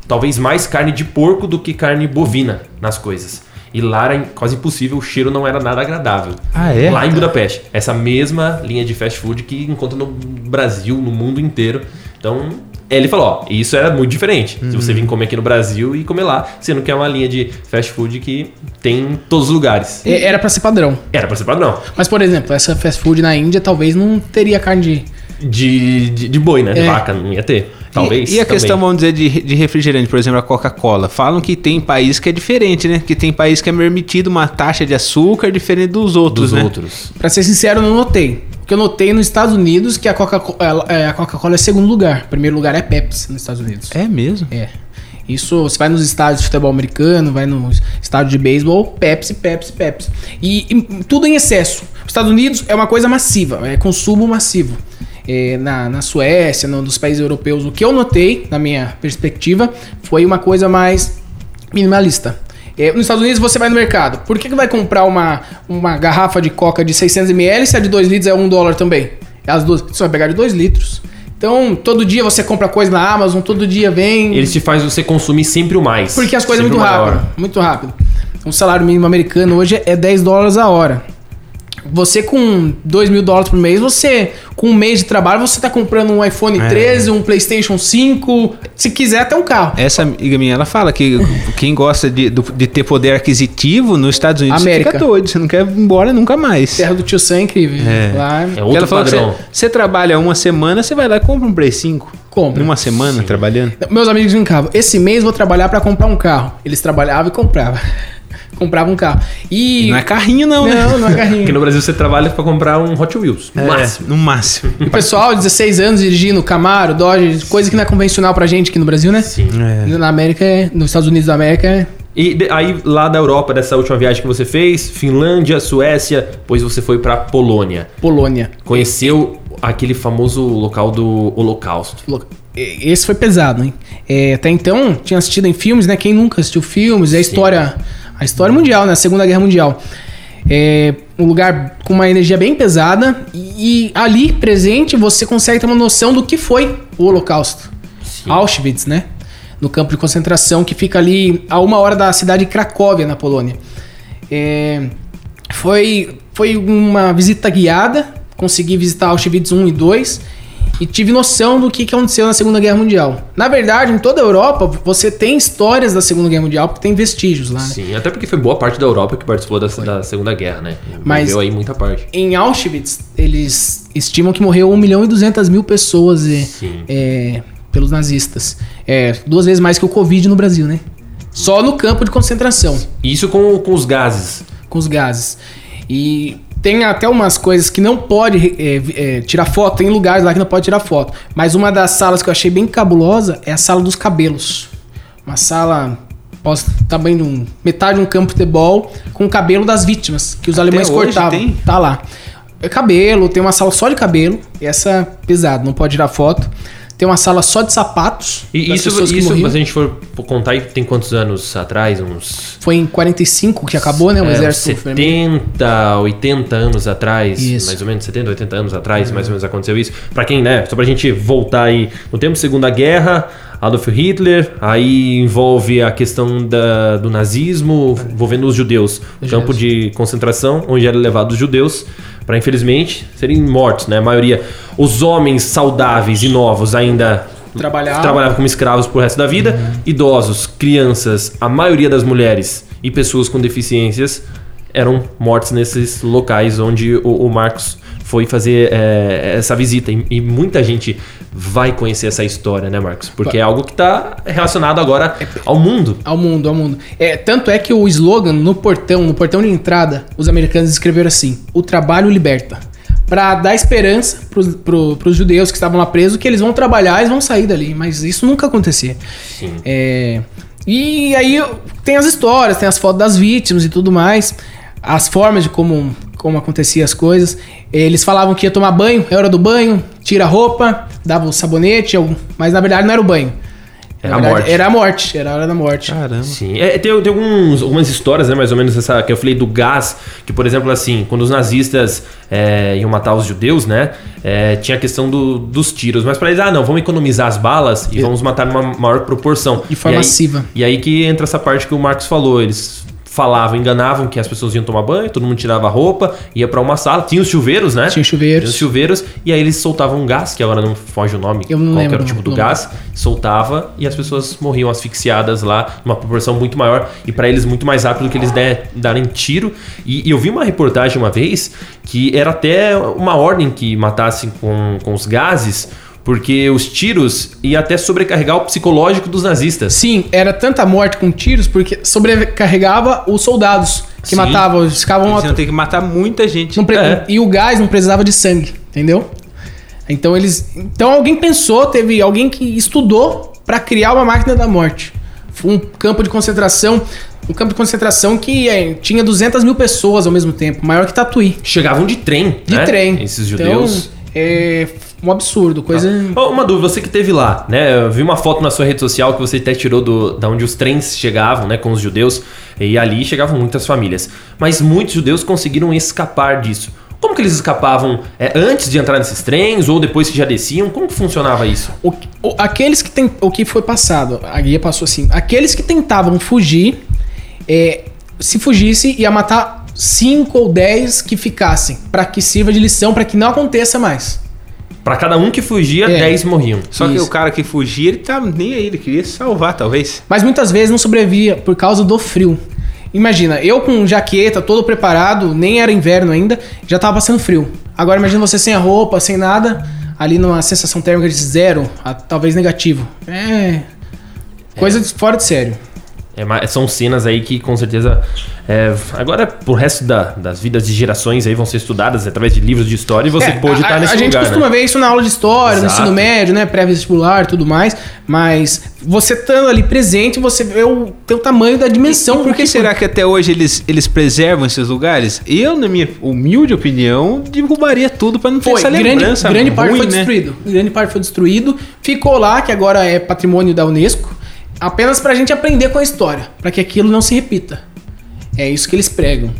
Speaker 3: talvez mais carne de porco do que carne bovina nas coisas. E lá era quase impossível, o cheiro não era nada agradável.
Speaker 4: Ah, é?
Speaker 3: Lá Tá em Budapeste. Essa mesma linha de fast food que encontra no Brasil, no mundo inteiro. Então, ele falou, ó, isso era muito diferente. Se
Speaker 4: Uhum.
Speaker 3: você vir comer aqui no Brasil e comer lá, sendo que é uma linha de fast food que tem em todos os lugares.
Speaker 5: É, Era pra ser padrão.
Speaker 3: Era pra ser padrão.
Speaker 5: Mas, por exemplo, essa fast food na Índia talvez não teria carne de.
Speaker 3: De, de, de boi, né? De
Speaker 5: É.
Speaker 3: vaca, não ia ter. Talvez.
Speaker 4: E, e a
Speaker 3: também.
Speaker 4: questão, vamos dizer, de, de refrigerante, por exemplo, a Coca-Cola. Falam que tem país que é diferente, né? Que tem país que é permitido uma taxa de açúcar diferente dos outros,
Speaker 3: dos
Speaker 4: né?
Speaker 3: outros.
Speaker 5: Pra ser sincero, eu não notei. Porque eu notei nos Estados Unidos que a Coca-Cola é, a Coca-Cola é segundo lugar. Primeiro lugar é Pepsi nos Estados Unidos.
Speaker 4: É mesmo?
Speaker 5: É. Isso, você vai nos estádios de futebol americano, vai no estádio de beisebol, Pepsi, Pepsi, Pepsi. E, e tudo em excesso. Os Estados Unidos é uma coisa massiva, é consumo massivo. É, na, na Suécia, no, nos países europeus, o que eu notei, na minha perspectiva, foi uma coisa mais minimalista. É, nos Estados Unidos você vai no mercado. Por que, que vai comprar uma, uma garrafa de coca de 600ml se a de 2 litros é 1 dólar também? As duas, você vai pegar de 2 litros. Então, todo dia você compra coisa na Amazon, todo dia vem.
Speaker 3: Eles te fazem você consumir sempre o mais.
Speaker 5: Porque as coisas é
Speaker 3: Sempre
Speaker 5: muito
Speaker 3: o maior.
Speaker 5: rápido. Muito rápido. O salário mínimo americano hoje é 10 dólares a hora. Você com 2 mil dólares por mês, você, com um mês de trabalho, você tá comprando um iPhone 13, um PlayStation 5, se quiser até um carro.
Speaker 4: Essa amiga minha, ela fala que quem gosta de, do- de ter poder aquisitivo nos Estados Unidos você
Speaker 5: América.
Speaker 4: fica doido, você não quer ir embora nunca mais.
Speaker 5: Terra do tio Sam é incrível. Lá,
Speaker 3: É
Speaker 4: Porque
Speaker 3: outro
Speaker 4: ela falou que
Speaker 3: padrão.
Speaker 4: você, você trabalha uma semana, você vai lá e compra um Play 5.
Speaker 5: Compra.
Speaker 4: Uma semana trabalhando.
Speaker 5: Meus amigos brincavam, esse mês vou trabalhar pra comprar um carro. Eles trabalhavam e compravam. compravam um carro. E.
Speaker 4: Não é carrinho não, né? É,
Speaker 5: Não, não é carrinho.
Speaker 3: Aqui no Brasil você trabalha pra comprar um Hot Wheels. No máximo.
Speaker 4: No máximo.
Speaker 5: E o pessoal, 16 anos, dirigindo Camaro, Dodge, coisa que não é convencional pra gente aqui no Brasil, né?
Speaker 3: Sim.
Speaker 5: Na América, é- nos Estados Unidos da América, é-
Speaker 3: E de- aí, lá da Europa, dessa última viagem que você fez, Finlândia, Suécia, depois você foi pra Polônia.
Speaker 5: Polônia.
Speaker 3: Conheceu aquele famoso local do Holocausto.
Speaker 5: Louco. E- Esse foi pesado, hein? É, até então, tinha assistido em filmes, né? Quem nunca assistiu filmes, é a história, a história mundial, né? A Segunda Guerra Mundial. É um lugar com uma energia bem pesada e, e ali presente você consegue ter uma noção do que foi o Holocausto. Auschwitz, né? No campo de concentração que fica ali a uma hora da cidade de Cracóvia, na Polônia. É, foi, foi uma visita guiada, consegui visitar Auschwitz 1 e 2 e tive noção do que que aconteceu na Segunda Guerra Mundial. Na verdade, em toda a Europa, você tem histórias da Segunda Guerra Mundial, porque tem vestígios lá, né?
Speaker 3: Sim, até porque foi boa parte da Europa que participou da, da Segunda Guerra, né?
Speaker 5: Mas-
Speaker 3: Viveu aí muita parte.
Speaker 5: Em Auschwitz, eles estimam que morreu 1 milhão e 200 mil pessoas é,
Speaker 3: Sim.
Speaker 5: é, pelos nazistas. É, duas vezes mais que o Covid no Brasil, né? Só no campo de concentração.
Speaker 3: Isso com, com os gases.
Speaker 5: com os gases. E tem até umas coisas que não pode é, vi- é, tirar foto, tem lugares lá que não pode tirar foto. Mas uma das salas que eu achei bem cabulosa é a sala dos cabelos. Uma sala, posso tá bem num, metade de um campo de futebol, com o cabelo das vítimas, que os alemães
Speaker 4: hoje
Speaker 5: cortavam.
Speaker 4: tem?
Speaker 5: Tá lá. É cabelo, tem uma sala só de cabelo, essa é pesada, não pode tirar foto. Tem uma sala só de sapatos.
Speaker 3: E
Speaker 5: das
Speaker 3: isso,
Speaker 5: pessoas que
Speaker 3: isso se
Speaker 5: morriam.
Speaker 3: a gente for contar, aí, tem quantos anos atrás? Uns.
Speaker 5: Foi em 45 que acabou, né? O
Speaker 3: é, uns
Speaker 5: exército vermelho.
Speaker 3: 70, 80 anos atrás,
Speaker 5: Isso.
Speaker 3: mais ou menos, 70, 80 anos atrás, mais ou menos aconteceu isso. Pra quem, né? Só pra gente voltar aí no tempo, Segunda Guerra, Adolf Hitler, aí envolve a questão da, do nazismo, envolvendo os judeus. Campo de concentração, onde eram levados os judeus, pra infelizmente serem mortos, né? A maioria. Os homens saudáveis e novos ainda
Speaker 5: Trabalhavam.
Speaker 3: trabalhavam como escravos pro resto da vida, idosos, crianças, a maioria das mulheres e pessoas com deficiências eram mortos nesses locais onde o, o Marcos foi fazer é, essa visita. E, e muita gente vai conhecer essa história, né, Marcos? Porque é algo que tá relacionado agora ao mundo.
Speaker 5: Ao mundo, ao mundo. É, tanto é que o slogan no portão, no portão de entrada, os americanos escreveram assim: o trabalho liberta. Pra dar esperança pros, pro, pros judeus que estavam lá presos que eles vão trabalhar e vão sair dali. Mas isso nunca acontecia.
Speaker 3: Sim.
Speaker 5: É, e aí tem as histórias, tem as fotos das vítimas e tudo mais, as formas de como, como acontecia as coisas. Eles falavam que ia tomar banho, é hora do banho, tira a roupa, dava o sabonete, algum- mas na verdade não era o banho.
Speaker 3: Era
Speaker 5: Na
Speaker 3: a
Speaker 5: verdade,
Speaker 3: morte.
Speaker 5: Era a morte, era a hora da morte.
Speaker 4: Caramba.
Speaker 3: Sim, É, tem, tem alguns, algumas histórias, né, mais ou menos essa que eu falei do gás, que por exemplo, assim, quando os nazistas é, iam matar os judeus, né, é, tinha a questão do- dos tiros, mas pra eles, ah, não, vamos economizar as balas e, vamos matar numa maior proporção.
Speaker 5: De
Speaker 3: E
Speaker 5: forma
Speaker 3: aí-
Speaker 5: massiva.
Speaker 3: E aí que entra essa parte que o Marcos falou, eles falavam, enganavam que as pessoas iam tomar banho, todo mundo tirava a roupa, ia pra uma sala, tinha os chuveiros, né?
Speaker 5: Tinha chuveiros.
Speaker 3: Tinha os chuveiros, e aí eles soltavam um gás, que agora não foge o nome,
Speaker 5: Eu não
Speaker 3: qual que era
Speaker 5: lembro
Speaker 3: o tipo
Speaker 5: o
Speaker 3: do
Speaker 5: nome.
Speaker 3: gás, soltava e as pessoas morriam asfixiadas lá, numa proporção muito maior e pra eles muito mais rápido que eles de- darem tiro. E, e eu vi uma reportagem uma vez que era até uma ordem que matassem com, com os gases. Porque os tiros iam até sobrecarregar o psicológico dos nazistas.
Speaker 5: Sim, era tanta morte com tiros porque sobrecarregava os soldados que
Speaker 3: Sim.
Speaker 5: matavam, eles ficavam
Speaker 4: Eles iam ter que matar muita gente.
Speaker 5: Não pre-
Speaker 3: É.
Speaker 5: E o gás não precisava de sangue, entendeu? Então eles. Então alguém pensou, teve alguém que estudou pra criar uma máquina da morte. Foi um campo de concentração. Um campo de concentração que eh, tinha 200 mil pessoas ao mesmo tempo, maior que Tatuí.
Speaker 3: Chegavam de trem,
Speaker 5: De
Speaker 3: né?
Speaker 5: trem.
Speaker 3: Esses judeus. Tá.
Speaker 5: Então, é um absurdo, coisa.
Speaker 3: Ô, Uma dúvida, você que teve lá, né? Eu vi uma foto na sua rede social que você até tirou do, da onde os trens chegavam, né? Com os judeus. E ali chegavam muitas famílias. Mas muitos judeus conseguiram escapar disso. Como que eles escapavam? É, antes de entrar nesses trens ou depois que já desciam? Como que funcionava isso?
Speaker 5: O, o- aqueles que tem, o que foi passado, a guia passou assim. Aqueles que tentavam fugir, é, se fugisse, ia matar 5 ou 10 que ficassem, pra que sirva de lição, pra que não aconteça mais.
Speaker 3: Pra cada um que fugia,
Speaker 5: É.
Speaker 3: 10 morriam.
Speaker 4: Só que
Speaker 5: Isso.
Speaker 4: o cara que fugia, ele tá nem aí, ele queria se salvar, talvez.
Speaker 5: Mas muitas vezes não sobrevivia por causa do frio. Imagina, eu com jaqueta, todo preparado, nem era inverno ainda, já tava passando frio. Agora imagina você sem a roupa, sem nada, ali numa sensação térmica de zero, a- talvez negativo. É. Coisa de- fora de sério.
Speaker 3: É, mas são cenas aí que com certeza é, agora pro resto da- das vidas de gerações aí vão ser estudadas através de livros de história e você
Speaker 5: É,
Speaker 3: pode
Speaker 5: a-
Speaker 3: estar
Speaker 5: a,
Speaker 3: nesse
Speaker 5: A gente
Speaker 3: lugar,
Speaker 5: costuma
Speaker 3: né?
Speaker 5: ver isso na aula de história,
Speaker 3: Exato.
Speaker 5: no ensino médio, né? Pré-vestibular tudo mais. Mas você estando ali presente, você vê o, tem o tamanho da dimensão.
Speaker 4: Então, por que será
Speaker 5: tipo
Speaker 4: que até hoje eles, eles preservam esses lugares? Eu, na minha humilde opinião, derrubaria tudo pra não ter
Speaker 5: foi?
Speaker 4: essa
Speaker 5: grande,
Speaker 4: lembrança
Speaker 5: grande parte
Speaker 4: ruim,
Speaker 5: foi
Speaker 4: né?
Speaker 5: destruído. Grande parte foi destruído. Ficou lá, que agora é patrimônio da Unesco. Apenas pra gente aprender com a história. pra que aquilo não se repita. É isso que eles pregam.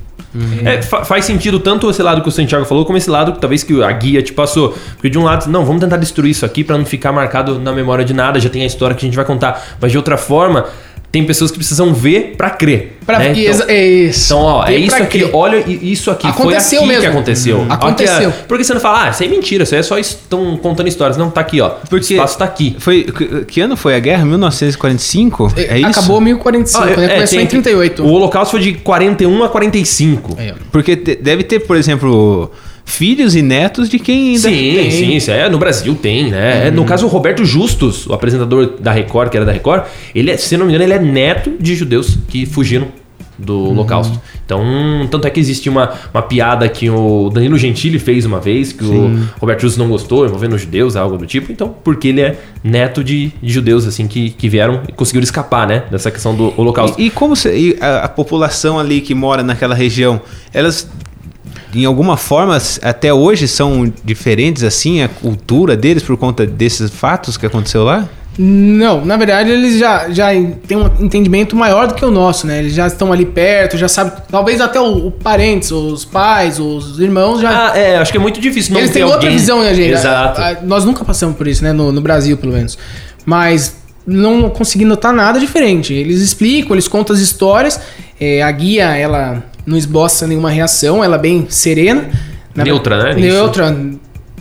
Speaker 3: É, fa- faz sentido tanto esse lado que o Santiago falou, como esse lado que talvez que a guia te passou. Porque de um lado, não, vamos tentar destruir isso aqui pra não ficar marcado na memória de nada, já tem a história que a gente vai contar. Mas de outra forma, tem pessoas que precisam ver pra crer.
Speaker 5: Pra
Speaker 3: né?
Speaker 5: que
Speaker 3: Então-
Speaker 5: exa- é isso.
Speaker 3: Então, ó, é
Speaker 5: Ter
Speaker 3: isso
Speaker 5: pra
Speaker 3: aqui,
Speaker 5: quê?
Speaker 3: olha i- isso aqui.
Speaker 5: Aconteceu
Speaker 3: foi aqui que
Speaker 5: mesmo. Uhum.
Speaker 3: aconteceu. Aqui é-
Speaker 5: Aconteceu.
Speaker 3: porque você não fala, ah, isso aí é mentira, isso aí é só estão contando histórias. Não, tá aqui, ó.
Speaker 4: Porque-
Speaker 3: O espaço tá aqui.
Speaker 4: Foi, que- que ano foi a guerra? 1945?
Speaker 5: É,
Speaker 4: É isso?
Speaker 5: Acabou 1045,
Speaker 3: Ah, é-
Speaker 5: né?
Speaker 3: é,
Speaker 5: Começou
Speaker 3: tem-
Speaker 5: em 38.
Speaker 3: O holocausto foi de 41 a 45.
Speaker 5: Aí, ó.
Speaker 4: Porque te- deve ter, por exemplo, filhos e netos de quem ainda.
Speaker 3: Sim, sim, isso é, no Brasil tem, né? É, no
Speaker 5: Uhum.
Speaker 3: caso, o Roberto Justus, o apresentador da Record, que era da Record, ele é, se não me engano, ele é neto de judeus que fugiram do
Speaker 5: Uhum.
Speaker 3: Holocausto. Então, tanto é que existe uma, uma piada que o Danilo Gentili fez uma vez, que o Roberto Justus não gostou, envolvendo os judeus, algo do tipo. Então, porque ele é neto de, de judeus, assim, que, que vieram e conseguiram escapar, né? Dessa questão do Holocausto.
Speaker 4: E, e como se- e a, a população ali que mora naquela região, elas em alguma forma s- até hoje são diferentes assim a cultura deles por conta desses fatos que aconteceu lá?
Speaker 5: Não, na verdade eles já, já en- têm um entendimento maior do que o nosso, né? Eles já estão ali perto, já sabem. Talvez até o, o parentes, os pais, os irmãos já.
Speaker 3: Ah, é, acho que é muito difícil não
Speaker 5: eles
Speaker 3: ter
Speaker 5: têm outra
Speaker 3: alguém-
Speaker 5: visão, né, gente?
Speaker 3: Exato.
Speaker 5: A- a- nós nunca passamos por isso, né? No, no Brasil, pelo menos. Mas não consegui notar nada diferente. Eles explicam, eles contam as histórias. é, a guia, ela não esboça nenhuma reação, ela é bem serena. Na-
Speaker 3: Neutra, né, nisso?
Speaker 5: Neutra.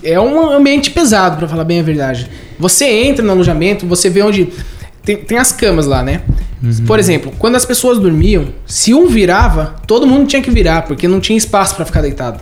Speaker 5: É um ambiente pesado, pra falar bem a verdade. Você entra no alojamento, você vê onde. Tem, tem as camas lá, né?
Speaker 3: Uhum.
Speaker 5: Por exemplo, quando as pessoas dormiam, se um virava, todo mundo tinha que virar, porque não tinha espaço pra ficar deitado.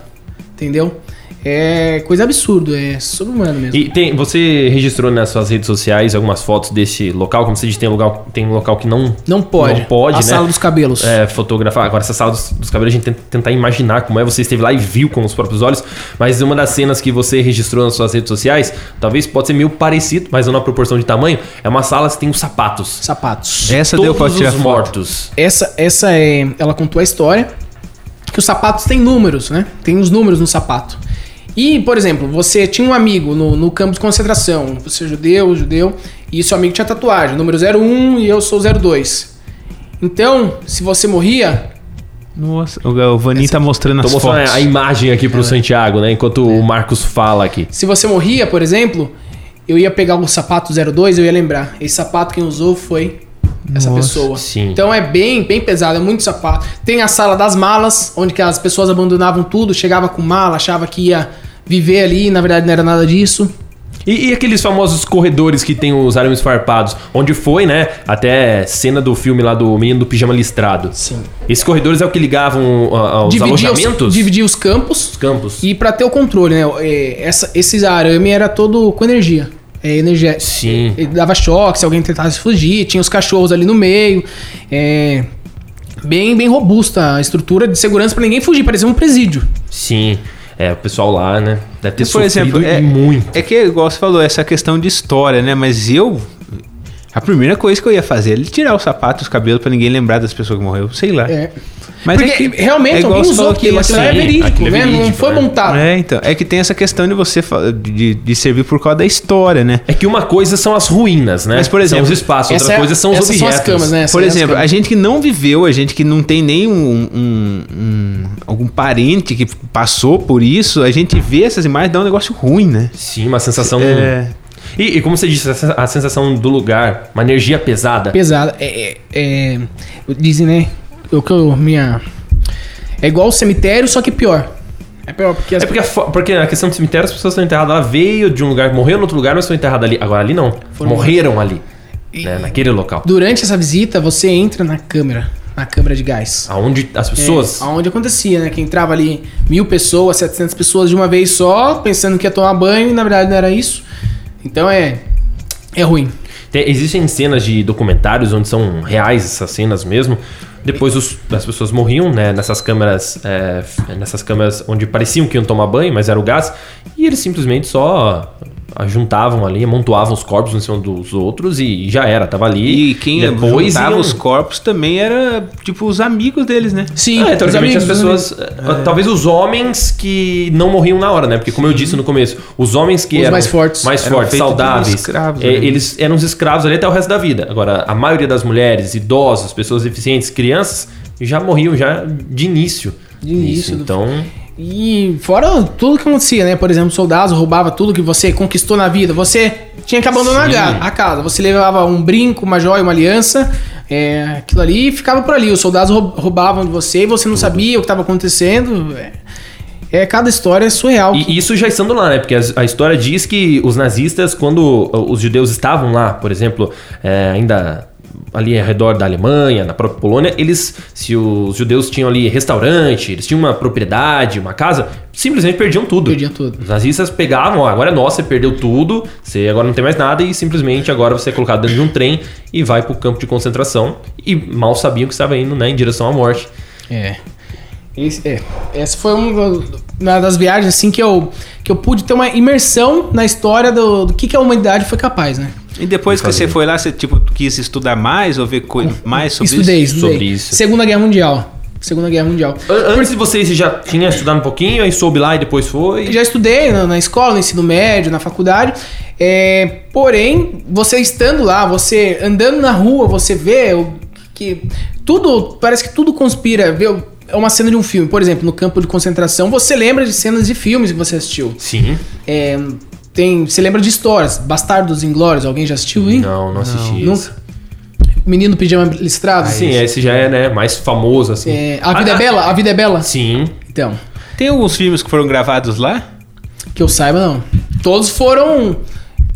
Speaker 5: Entendeu? É coisa absurda, é sobre-humano mesmo.
Speaker 3: E tem, você registrou nas suas redes sociais algumas fotos desse local? Como você disse, tem, lugar, tem um local que não,
Speaker 5: Não pode.
Speaker 3: não pode
Speaker 5: A
Speaker 3: né?
Speaker 5: sala dos cabelos.
Speaker 3: É, fotografar. Agora, essa sala dos, dos cabelos, a gente tenta, tentar imaginar como é. Você esteve lá e viu com os próprios olhos. Mas uma das cenas que você registrou nas suas redes sociais, talvez pode ser meio parecido, mas não na proporção de tamanho, é uma sala que tem os sapatos. É,
Speaker 5: Sapatos.
Speaker 4: Essa deu pra
Speaker 3: Todos
Speaker 4: tirar
Speaker 3: os
Speaker 4: foto.
Speaker 3: mortos.
Speaker 5: Essa, essa é. Ela contou a história que os sapatos têm números, né? Tem uns números no sapato. E, por exemplo, você tinha um amigo no, no campo de concentração, você é judeu, judeu, e seu amigo tinha tatuagem, número 01 e eu sou 02. Então, se você morria,
Speaker 4: Nossa, o Galvani tá mostrando as
Speaker 3: Tô mostrando
Speaker 4: fotos.
Speaker 3: a imagem aqui
Speaker 5: É.
Speaker 3: pro Santiago, né? Enquanto o Marcos fala aqui.
Speaker 5: se você morria, por exemplo, eu ia pegar o sapato 02 e eu ia lembrar. Esse sapato quem usou foi essa
Speaker 4: Nossa,
Speaker 5: pessoa.
Speaker 3: sim.
Speaker 5: Então é bem, bem pesado, é muito sapato. Tem a sala das malas, onde que as pessoas abandonavam tudo, chegava com mala, achava que ia viver ali, na verdade não era nada disso.
Speaker 3: E, e aqueles famosos corredores que tem os arames farpados, onde foi, né? Até cena do filme lá do menino do pijama listrado.
Speaker 5: Sim.
Speaker 3: Esses corredores é o que ligavam ah, aos
Speaker 5: Dividia os,
Speaker 3: alojamentos?
Speaker 5: dividia os campos
Speaker 3: Os campos.
Speaker 5: e para ter o controle, né? é, Essa, esse arame era todo com energia. é, energético.
Speaker 3: Sim.
Speaker 5: Ele dava choque se alguém tentasse fugir, tinha os cachorros ali no meio. É, bem, bem robusta a estrutura de segurança pra ninguém fugir, parecia um presídio.
Speaker 3: Sim. É, o pessoal lá, né?
Speaker 5: Tá
Speaker 3: Deve ter
Speaker 4: Por
Speaker 3: sofrido
Speaker 4: exemplo, é,
Speaker 3: muito.
Speaker 4: é que, igual você falou, essa questão de história, né? Mas eu. A primeira coisa que eu ia fazer era tirar o sapato, os cabelos, pra ninguém lembrar das pessoas que morreu. Sei lá.
Speaker 5: É.
Speaker 4: Mas
Speaker 5: Porque
Speaker 4: é que-
Speaker 5: realmente
Speaker 4: é igual
Speaker 5: alguém
Speaker 4: você
Speaker 5: usou
Speaker 4: falou que
Speaker 5: aquilo, aquilo lá é
Speaker 4: assim,
Speaker 5: verídico,
Speaker 3: aquilo é
Speaker 5: né? Não
Speaker 3: verídico,
Speaker 5: foi
Speaker 3: né?
Speaker 5: montado.
Speaker 4: É, então. É que tem essa questão de você fa- de, de servir por causa da história, né?
Speaker 3: É que uma coisa são as ruínas, né?
Speaker 4: Mas, por exemplo,
Speaker 3: são os espaços,
Speaker 5: Essa
Speaker 3: outra
Speaker 5: é-
Speaker 3: coisa são os
Speaker 5: essas
Speaker 3: objetos.
Speaker 5: são as camas, né? Essa
Speaker 4: Por
Speaker 5: é as
Speaker 4: exemplo, a
Speaker 5: camas.
Speaker 4: gente que não viveu, a gente que não tem nem um, um- um- algum parente que passou por isso, a gente vê essas imagens dá um negócio ruim, né?
Speaker 3: Sim, uma sensação.
Speaker 4: É.
Speaker 3: E, e como você disse, essa- a sensação do lugar, uma energia pesada.
Speaker 5: pesada. É, é, é, dizem, né? O que eu, minha. É igual o cemitério, só que pior. É pior, porque as
Speaker 3: É porque a, fo- porque a questão do cemitério, as pessoas estão enterradas, ela veio de um lugar, morreu em outro lugar, mas foi enterrada ali. Agora ali não. Morreram ali. né? Naquele local.
Speaker 5: durante essa visita você entra na câmera, na câmara de gás.
Speaker 3: Aonde as pessoas.
Speaker 5: É, aonde acontecia, né? Que entrava ali mil pessoas, 700 pessoas de uma vez só, pensando que ia tomar banho e na verdade não era isso. Então é. É ruim.
Speaker 3: Tem- existem cenas de documentários onde são reais essas cenas mesmo. Depois os- as pessoas morriam, né? Nessas câmeras. é, f- nessas câmeras onde pareciam que iam tomar banho, mas era o gás. E eles simplesmente só juntavam ali, amontoavam os corpos um em cima dos outros e já era, tava ali.
Speaker 4: E quem
Speaker 3: depois
Speaker 4: juntava
Speaker 3: iam-
Speaker 4: os corpos também era, tipo, os amigos deles, né?
Speaker 5: Sim,
Speaker 3: Ah, é,
Speaker 5: os
Speaker 3: teoricamente
Speaker 5: então, amigos,
Speaker 3: as
Speaker 5: os
Speaker 3: pessoas. eh, Talvez os homens que não morriam na hora, né? Porque, como eu disse no começo, os homens que
Speaker 5: Uhum. Os
Speaker 3: eram
Speaker 5: mais fortes.
Speaker 3: mais
Speaker 4: Eram
Speaker 3: fortes,
Speaker 4: feitos de
Speaker 3: saudáveis,
Speaker 4: escravos,
Speaker 3: eh,
Speaker 4: né?
Speaker 3: eles eram os escravos ali até o resto da vida. Agora, a maioria das mulheres, idosos, pessoas deficientes, crianças, já morriam já de início.
Speaker 5: De início
Speaker 3: Isso,
Speaker 5: do-
Speaker 3: então.
Speaker 5: E fora tudo que acontecia, né? Por exemplo, soldados roubava tudo que você conquistou na vida. Você tinha que abandonar a
Speaker 3: Sim.
Speaker 5: ga- a casa. Você levava um brinco, uma joia, uma aliança, é, aquilo ali e ficava por ali. Os soldados rou- roubavam de você e você não sabia o que estava acontecendo. É, é, cada história é surreal.
Speaker 3: E isso já estando lá, né? Porque as- a história diz que os nazistas, quando os judeus estavam lá, por exemplo, é, ainda ali ao redor da Alemanha, na própria Polônia, eles, se os judeus tinham ali restaurante, eles tinham uma propriedade, uma casa, simplesmente perdiam tudo.
Speaker 5: Perdiam tudo.
Speaker 3: Os nazistas pegavam, ó, agora é nosso, você perdeu tudo, você agora não tem mais nada e simplesmente agora você é colocado dentro de um trem e vai pro campo de concentração e mal sabiam que estava indo, né, em direção à morte.
Speaker 5: É. Esse- é. Essa foi uma uma das viagens assim que eu, que eu pude ter uma imersão na história do, do que, que a humanidade foi capaz, né?
Speaker 4: E depois que você foi lá, você, tipo, quis estudar mais ou ver coi- mais sobre
Speaker 5: Hum, estudei,
Speaker 4: isso?
Speaker 5: estudei.
Speaker 3: sobre isso.
Speaker 5: Segunda Guerra Mundial. Segunda Guerra Mundial.
Speaker 3: An- Antes de vocês já tinha estudado um pouquinho, aí soube lá e depois foi.
Speaker 5: Eu já estudei na, na escola, no ensino médio, na faculdade. É, porém, você estando lá, você andando na rua, você vê o que tudo parece que tudo conspira. Vê o- é uma cena de um filme, por exemplo, no campo de concentração, você lembra de cenas de filmes que você assistiu.
Speaker 3: Sim.
Speaker 5: É, tem, você lembra de histórias, Bastardos Inglórios, alguém já assistiu, hein?
Speaker 3: Não, não assisti esse.
Speaker 5: Nunca? Menino do Pijama Listrado?
Speaker 3: Sim, esse já é, né, mais famoso, assim.
Speaker 5: É, a Vida
Speaker 3: Ah,
Speaker 5: é Bela? A Vida é Bela?
Speaker 3: Sim.
Speaker 5: Então,
Speaker 4: Tem alguns filmes que foram gravados lá?
Speaker 5: que eu saiba, não. Todos foram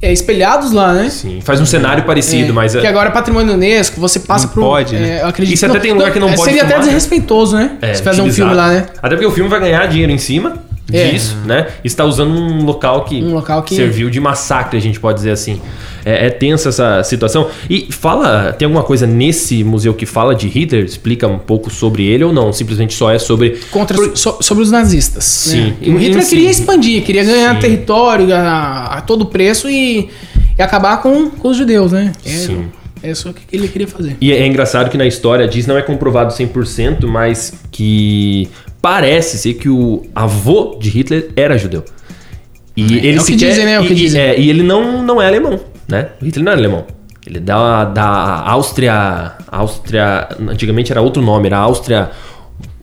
Speaker 5: é, espelhados lá, né?
Speaker 3: Sim. Faz um cenário parecido,
Speaker 5: É,
Speaker 3: mas...
Speaker 5: Que
Speaker 3: é-
Speaker 5: agora é patrimônio Unesco, você passa
Speaker 4: Não
Speaker 5: por.
Speaker 4: pode,
Speaker 5: é,
Speaker 4: né?
Speaker 5: eu acredito
Speaker 3: Isso até tem lugar que não
Speaker 5: é,
Speaker 3: pode
Speaker 5: Seria até
Speaker 3: filmar, né?
Speaker 5: desrespeitoso, né?
Speaker 3: é,
Speaker 5: Se fazer um
Speaker 3: utilizado.
Speaker 5: filme lá, né?
Speaker 3: Até porque o filme vai ganhar dinheiro em cima
Speaker 5: É.
Speaker 3: disso, né? Está usando um local que,
Speaker 5: Um local que-
Speaker 3: serviu de massacre, a gente pode dizer assim. É, é tensa essa situação. E fala, tem alguma coisa nesse museu que fala de Hitler? Explica um pouco sobre ele ou não? Simplesmente só é sobre
Speaker 5: Contra, so- sobre os nazistas.
Speaker 3: Sim.
Speaker 5: né? O Hitler
Speaker 3: Sim.
Speaker 5: queria expandir, queria ganhar
Speaker 3: Sim.
Speaker 5: território a, a todo preço e, e acabar com, com os judeus, né? É,
Speaker 3: Sim.
Speaker 5: É só o que ele queria fazer.
Speaker 3: E é engraçado que na história diz, não é comprovado 100%, mas que parece ser que o avô de Hitler era judeu. E ele
Speaker 5: o que
Speaker 3: sequer-
Speaker 5: dizem, né? É o
Speaker 3: e-
Speaker 5: que
Speaker 3: e-
Speaker 5: dizem.
Speaker 3: é, e ele não, não é alemão, né? O Hitler não é alemão. Ele é da, da Áustria. Áustria. Antigamente era outro nome, era Áustria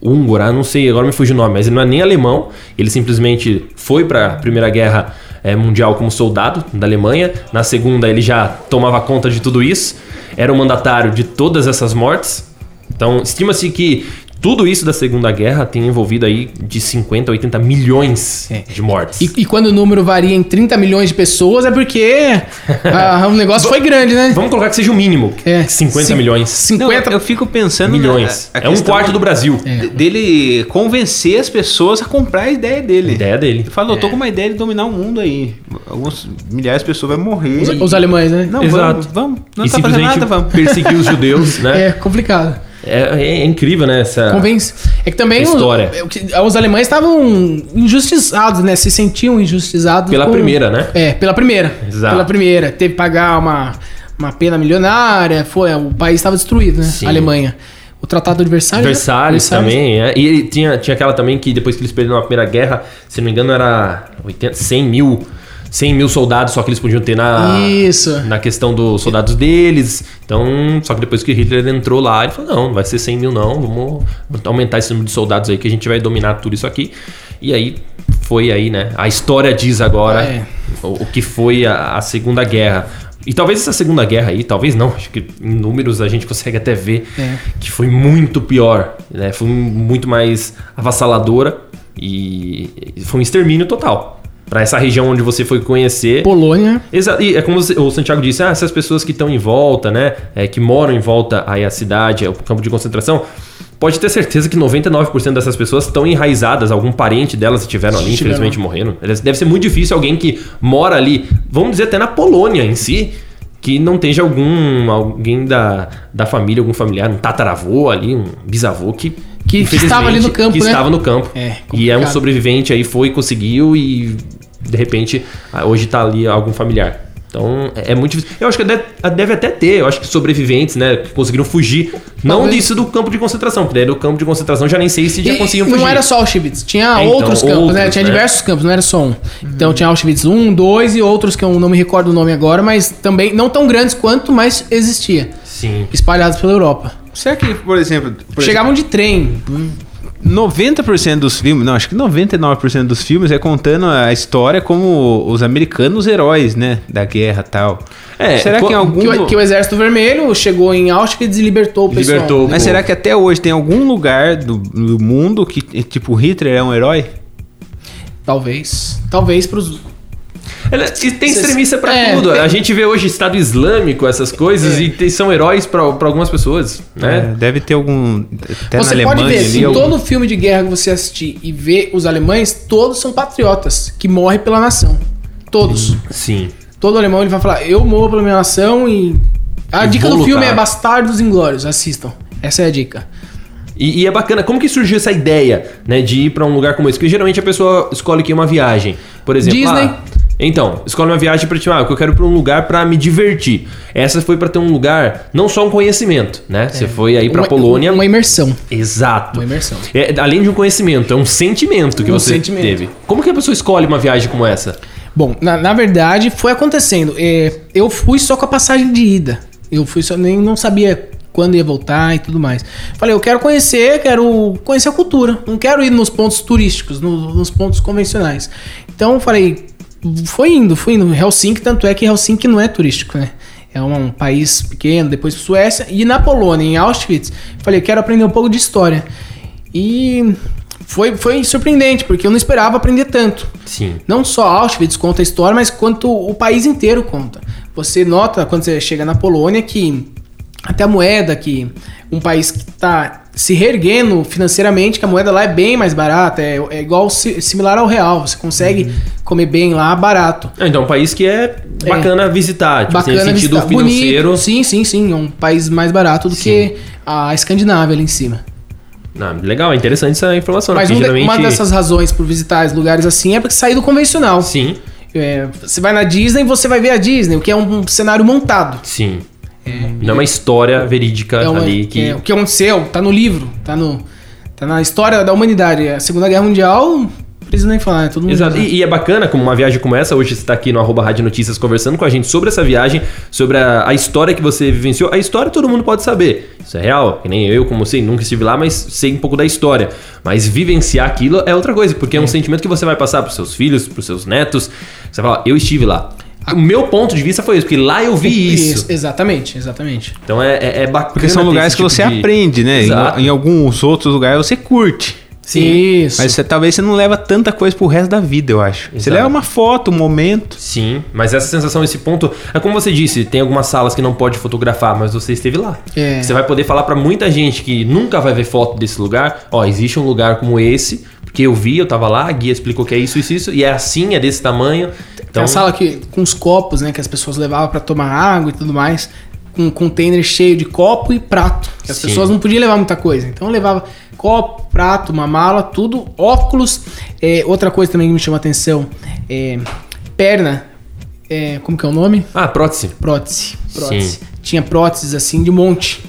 Speaker 3: húngara, não sei, agora me fugiu o nome, mas ele não é nem alemão. Ele simplesmente foi pra Primeira Guerra eh, Mundial como soldado da Alemanha. Na segunda ele já tomava conta de tudo isso. Era o mandatário de todas essas mortes. Então, estima-se que Tudo isso da Segunda Guerra tem envolvido aí de 50 a 80 milhões
Speaker 5: É.
Speaker 3: de mortes.
Speaker 5: E, e quando o número varia em 30 milhões de pessoas é porque ah, o negócio foi grande, né?
Speaker 3: Vamos colocar que seja o mínimo,
Speaker 5: É.
Speaker 3: 50
Speaker 5: Cin-
Speaker 3: milhões.
Speaker 4: Não,
Speaker 5: 50
Speaker 4: eu fico pensando. na-
Speaker 3: Milhões.
Speaker 4: a
Speaker 3: É um
Speaker 4: questão
Speaker 3: quarto do Brasil.
Speaker 4: de- Dele convencer as pessoas a comprar a ideia dele.
Speaker 3: A ideia dele.
Speaker 4: Ele falou,
Speaker 5: É.
Speaker 4: tô com uma ideia de dominar o mundo aí. Alguns milhares de pessoas vão morrer.
Speaker 5: os, os alemães, né?
Speaker 4: Não,
Speaker 3: Exato.
Speaker 4: vamos, vamos. Não
Speaker 3: e
Speaker 4: tá fazendo
Speaker 3: simplesmente
Speaker 4: nada, vamos.
Speaker 3: perseguir os judeus, né?
Speaker 5: É complicado.
Speaker 3: É, é- é incrível, né? Essa...
Speaker 5: Convence. É que também os,
Speaker 3: História.
Speaker 5: é o que- os alemães estavam injustiçados, né? Se sentiam injustiçados.
Speaker 3: Pela
Speaker 5: com-
Speaker 3: primeira, né?
Speaker 5: É, pela primeira.
Speaker 3: Exato.
Speaker 5: Pela primeira. Teve que pagar uma, uma pena milionária. Foi, o país estava destruído, né?
Speaker 3: Sim.
Speaker 5: A Alemanha. O Tratado de Versalhes. né?
Speaker 3: Versalhes também, é. E ele tinha, tinha aquela também que depois que eles perderam a Primeira Guerra, se não me engano, era 80, 100 mil. 100 mil soldados só que eles podiam ter na,
Speaker 5: Isso.
Speaker 3: na questão dos soldados deles. Então, só que depois que Hitler entrou lá, ele falou: não, não vai ser 100 mil, não. Vamos aumentar esse número de soldados aí que a gente vai dominar tudo isso aqui. E aí foi aí, né? A história diz agora
Speaker 5: É.
Speaker 3: o, o que foi a, a Segunda Guerra. E talvez essa Segunda Guerra aí, talvez não, acho que em números a gente consegue até ver
Speaker 5: É.
Speaker 3: que foi muito pior, né? Foi muito mais avassaladora e e foi um extermínio total. Pra essa região onde você foi conhecer.
Speaker 5: Polônia.
Speaker 3: Exa e é como você- o Santiago disse, ah, essas pessoas que estão em volta, né? é, que moram em volta aí a cidade, ao campo de concentração, pode ter certeza que 99% dessas pessoas estão enraizadas, algum parente delas estiveram ali,
Speaker 5: Estiveram
Speaker 3: infelizmente morreram. Elas- Deve ser muito difícil alguém que mora ali, vamos dizer até na Polônia em si, que não esteja algum alguém da, da família, algum familiar, um tataravô ali, um bisavô que
Speaker 5: Que estava ali no campo,
Speaker 3: que
Speaker 5: né?
Speaker 3: estava no campo.
Speaker 5: É,
Speaker 3: e é um
Speaker 5: complicado.
Speaker 3: sobrevivente aí foi conseguiu e de repente ah, hoje tá ali algum familiar. Então é é muito difícil. Eu acho que deve, deve até ter, eu acho que sobreviventes, né, que conseguiram fugir. Não
Speaker 5: Talvez.
Speaker 3: disso do campo de concentração, porque daí do campo de concentração já nem sei se já
Speaker 5: E-
Speaker 3: conseguiram
Speaker 5: e
Speaker 3: fugir.
Speaker 5: Não era só Auschwitz, tinha
Speaker 3: É, então,
Speaker 5: outros campos, né?
Speaker 3: outros,
Speaker 5: Tinha
Speaker 3: né?
Speaker 5: diversos campos, não era só um. Então tinha Auschwitz 1, 2 e outros que eu não me recordo o nome agora, mas também não tão grandes quanto, mas existia,
Speaker 3: Sim.
Speaker 5: espalhados pela Europa.
Speaker 4: Será que, por exemplo. por
Speaker 5: Chegavam de trem.
Speaker 4: exemplo, 90% dos filmes. Não, acho que 99% dos filmes é contando a história como os americanos heróis, né? Da guerra e tal.
Speaker 3: É,
Speaker 4: será que
Speaker 3: co-
Speaker 4: em algum.
Speaker 5: Que o, que o Exército Vermelho chegou em Auschwitz e libertou o pessoal. né?
Speaker 3: Libertou.
Speaker 4: Mas será que até hoje tem algum lugar do, do mundo que, tipo, Hitler é um herói?
Speaker 5: Talvez. Talvez pros.
Speaker 3: Ela- e tem
Speaker 5: Cês-
Speaker 3: extremista pra
Speaker 5: é,
Speaker 3: tudo.
Speaker 5: tem-
Speaker 3: A gente vê hoje Estado Islâmico, essas coisas, e tem- são heróis pra pra algumas pessoas, né?
Speaker 4: É,
Speaker 5: É.
Speaker 4: deve ter algum. Até
Speaker 5: você
Speaker 4: na
Speaker 5: pode
Speaker 4: Alemanha
Speaker 5: ver,
Speaker 4: ali,
Speaker 5: em
Speaker 4: algum-
Speaker 5: todo filme de guerra que você assistir e ver os alemães, todos são patriotas que morrem pela nação. Todos.
Speaker 3: Sim.
Speaker 5: Todo alemão ele vai falar, eu morro pela minha nação e. A
Speaker 3: E
Speaker 5: dica do
Speaker 3: vou
Speaker 5: filme
Speaker 3: lutar.
Speaker 5: é Bastardos Inglórios, assistam. Essa é a dica.
Speaker 3: E, e é bacana, como que surgiu essa ideia, né, de ir pra um lugar como esse? Porque geralmente a pessoa escolhe aqui uma viagem, por exemplo.
Speaker 5: Disney.
Speaker 3: ah, então, escolhe uma viagem pra tipo, ah, que eu quero ir pra um lugar pra me divertir. Essa foi pra ter um lugar, não só um conhecimento, né? Você foi aí pra
Speaker 5: É. Uma-
Speaker 3: Polônia.
Speaker 5: Uma imersão.
Speaker 3: Exato.
Speaker 5: Uma imersão.
Speaker 3: É, além de um conhecimento, é um sentimento que
Speaker 5: Um
Speaker 3: você
Speaker 5: sentimento.
Speaker 3: teve. Como que a pessoa escolhe uma viagem como essa?
Speaker 5: Bom, na, na verdade, foi acontecendo. É, eu fui só com a passagem de ida. Eu fui só, nem não sabia quando ia voltar e tudo mais. Falei, eu quero conhecer, quero conhecer a cultura. Não quero ir nos pontos turísticos, no- nos pontos convencionais. Então eu falei, foi indo, fui indo. Helsinki, tanto é que Helsinki não é turístico, né? É um, um país pequeno, depois Suécia. E na Polônia, em Auschwitz, falei, eu quero aprender um pouco de história. E foi, foi surpreendente, porque eu não esperava aprender tanto.
Speaker 3: Sim.
Speaker 5: Não só Auschwitz conta a história, mas quanto o país inteiro conta. Você nota quando você chega na Polônia que até a moeda, que um país que está se reerguendo financeiramente, que a moeda lá é bem mais barata, é, é igual si- similar ao real. Você consegue
Speaker 3: Uhum.
Speaker 5: comer bem lá barato.
Speaker 3: Ah, Então, é um país que é bacana visitar, tipo, assim,
Speaker 5: Bacana,
Speaker 3: nesse sentido
Speaker 5: visitar.
Speaker 3: financeiro.
Speaker 5: Bonito. Sim, sim, sim. É um país mais barato do que a Escandinávia ali em cima.
Speaker 3: Ah, legal, é interessante essa informação, né?
Speaker 5: Mas um
Speaker 3: Porque
Speaker 5: de-
Speaker 3: geralmente...
Speaker 5: uma dessas razões por visitar esses lugares assim é porque sair do convencional.
Speaker 3: Sim,
Speaker 5: É, você vai na Disney, você vai ver a Disney, o que é um cenário montado.
Speaker 3: sim. Não é uma história verídica
Speaker 5: É uma-
Speaker 3: Tá ali que...
Speaker 5: é, o que aconteceu, tá no livro, tá, no, tá na história da humanidade. É A Segunda Guerra Mundial, não precisa nem falar, né? Todo mundo
Speaker 3: Exato.
Speaker 5: já-
Speaker 3: E, e é bacana, como uma viagem como essa, hoje você está aqui no arroba Rádio Notícias conversando com a gente sobre essa viagem, sobre a, a história que você vivenciou. A história todo mundo pode saber. Isso é real, que nem eu, como sei, nunca estive lá, mas sei um pouco da história. Mas vivenciar
Speaker 5: É.
Speaker 3: aquilo é outra coisa, porque é, um sentimento que você vai passar pros seus filhos, pros seus netos. Você fala, eu estive lá. O meu ponto de vista foi isso, porque lá eu vi isso.
Speaker 5: Exatamente, exatamente.
Speaker 3: Então é, é, é bacana.
Speaker 4: Porque são
Speaker 3: ter
Speaker 4: lugares
Speaker 3: esse
Speaker 4: que
Speaker 3: tipo
Speaker 4: você
Speaker 3: de-
Speaker 4: aprende, né?
Speaker 3: Exato.
Speaker 4: Em, em alguns outros lugares você curte.
Speaker 5: Sim. Isso.
Speaker 4: Mas você- talvez você não leva tanta coisa pro resto da vida, eu acho. Você
Speaker 3: Exato.
Speaker 4: leva uma foto, um momento.
Speaker 3: Sim, mas essa sensação, esse ponto. É como você disse, tem algumas salas que não pode fotografar, mas você esteve lá.
Speaker 5: É.
Speaker 3: Você vai poder falar pra muita gente que nunca vai ver foto desse lugar: ó, existe um lugar como esse, porque eu vi, eu tava lá, a guia explicou que é isso, isso, isso, e é assim, é desse tamanho. Então,
Speaker 5: Tem a sala que, com os copos, né? Que as pessoas levavam pra tomar água e tudo mais. Com um container cheio de copo e prato. Que as
Speaker 3: Sim.
Speaker 5: pessoas não podiam levar muita coisa. Então levava copo, prato, uma mala, tudo, óculos. É, outra coisa também que me chamou a atenção é perna. É, como que é o nome?
Speaker 3: Ah, prótese.
Speaker 5: prótese. prótese.
Speaker 3: Sim.
Speaker 5: Tinha próteses assim de monte,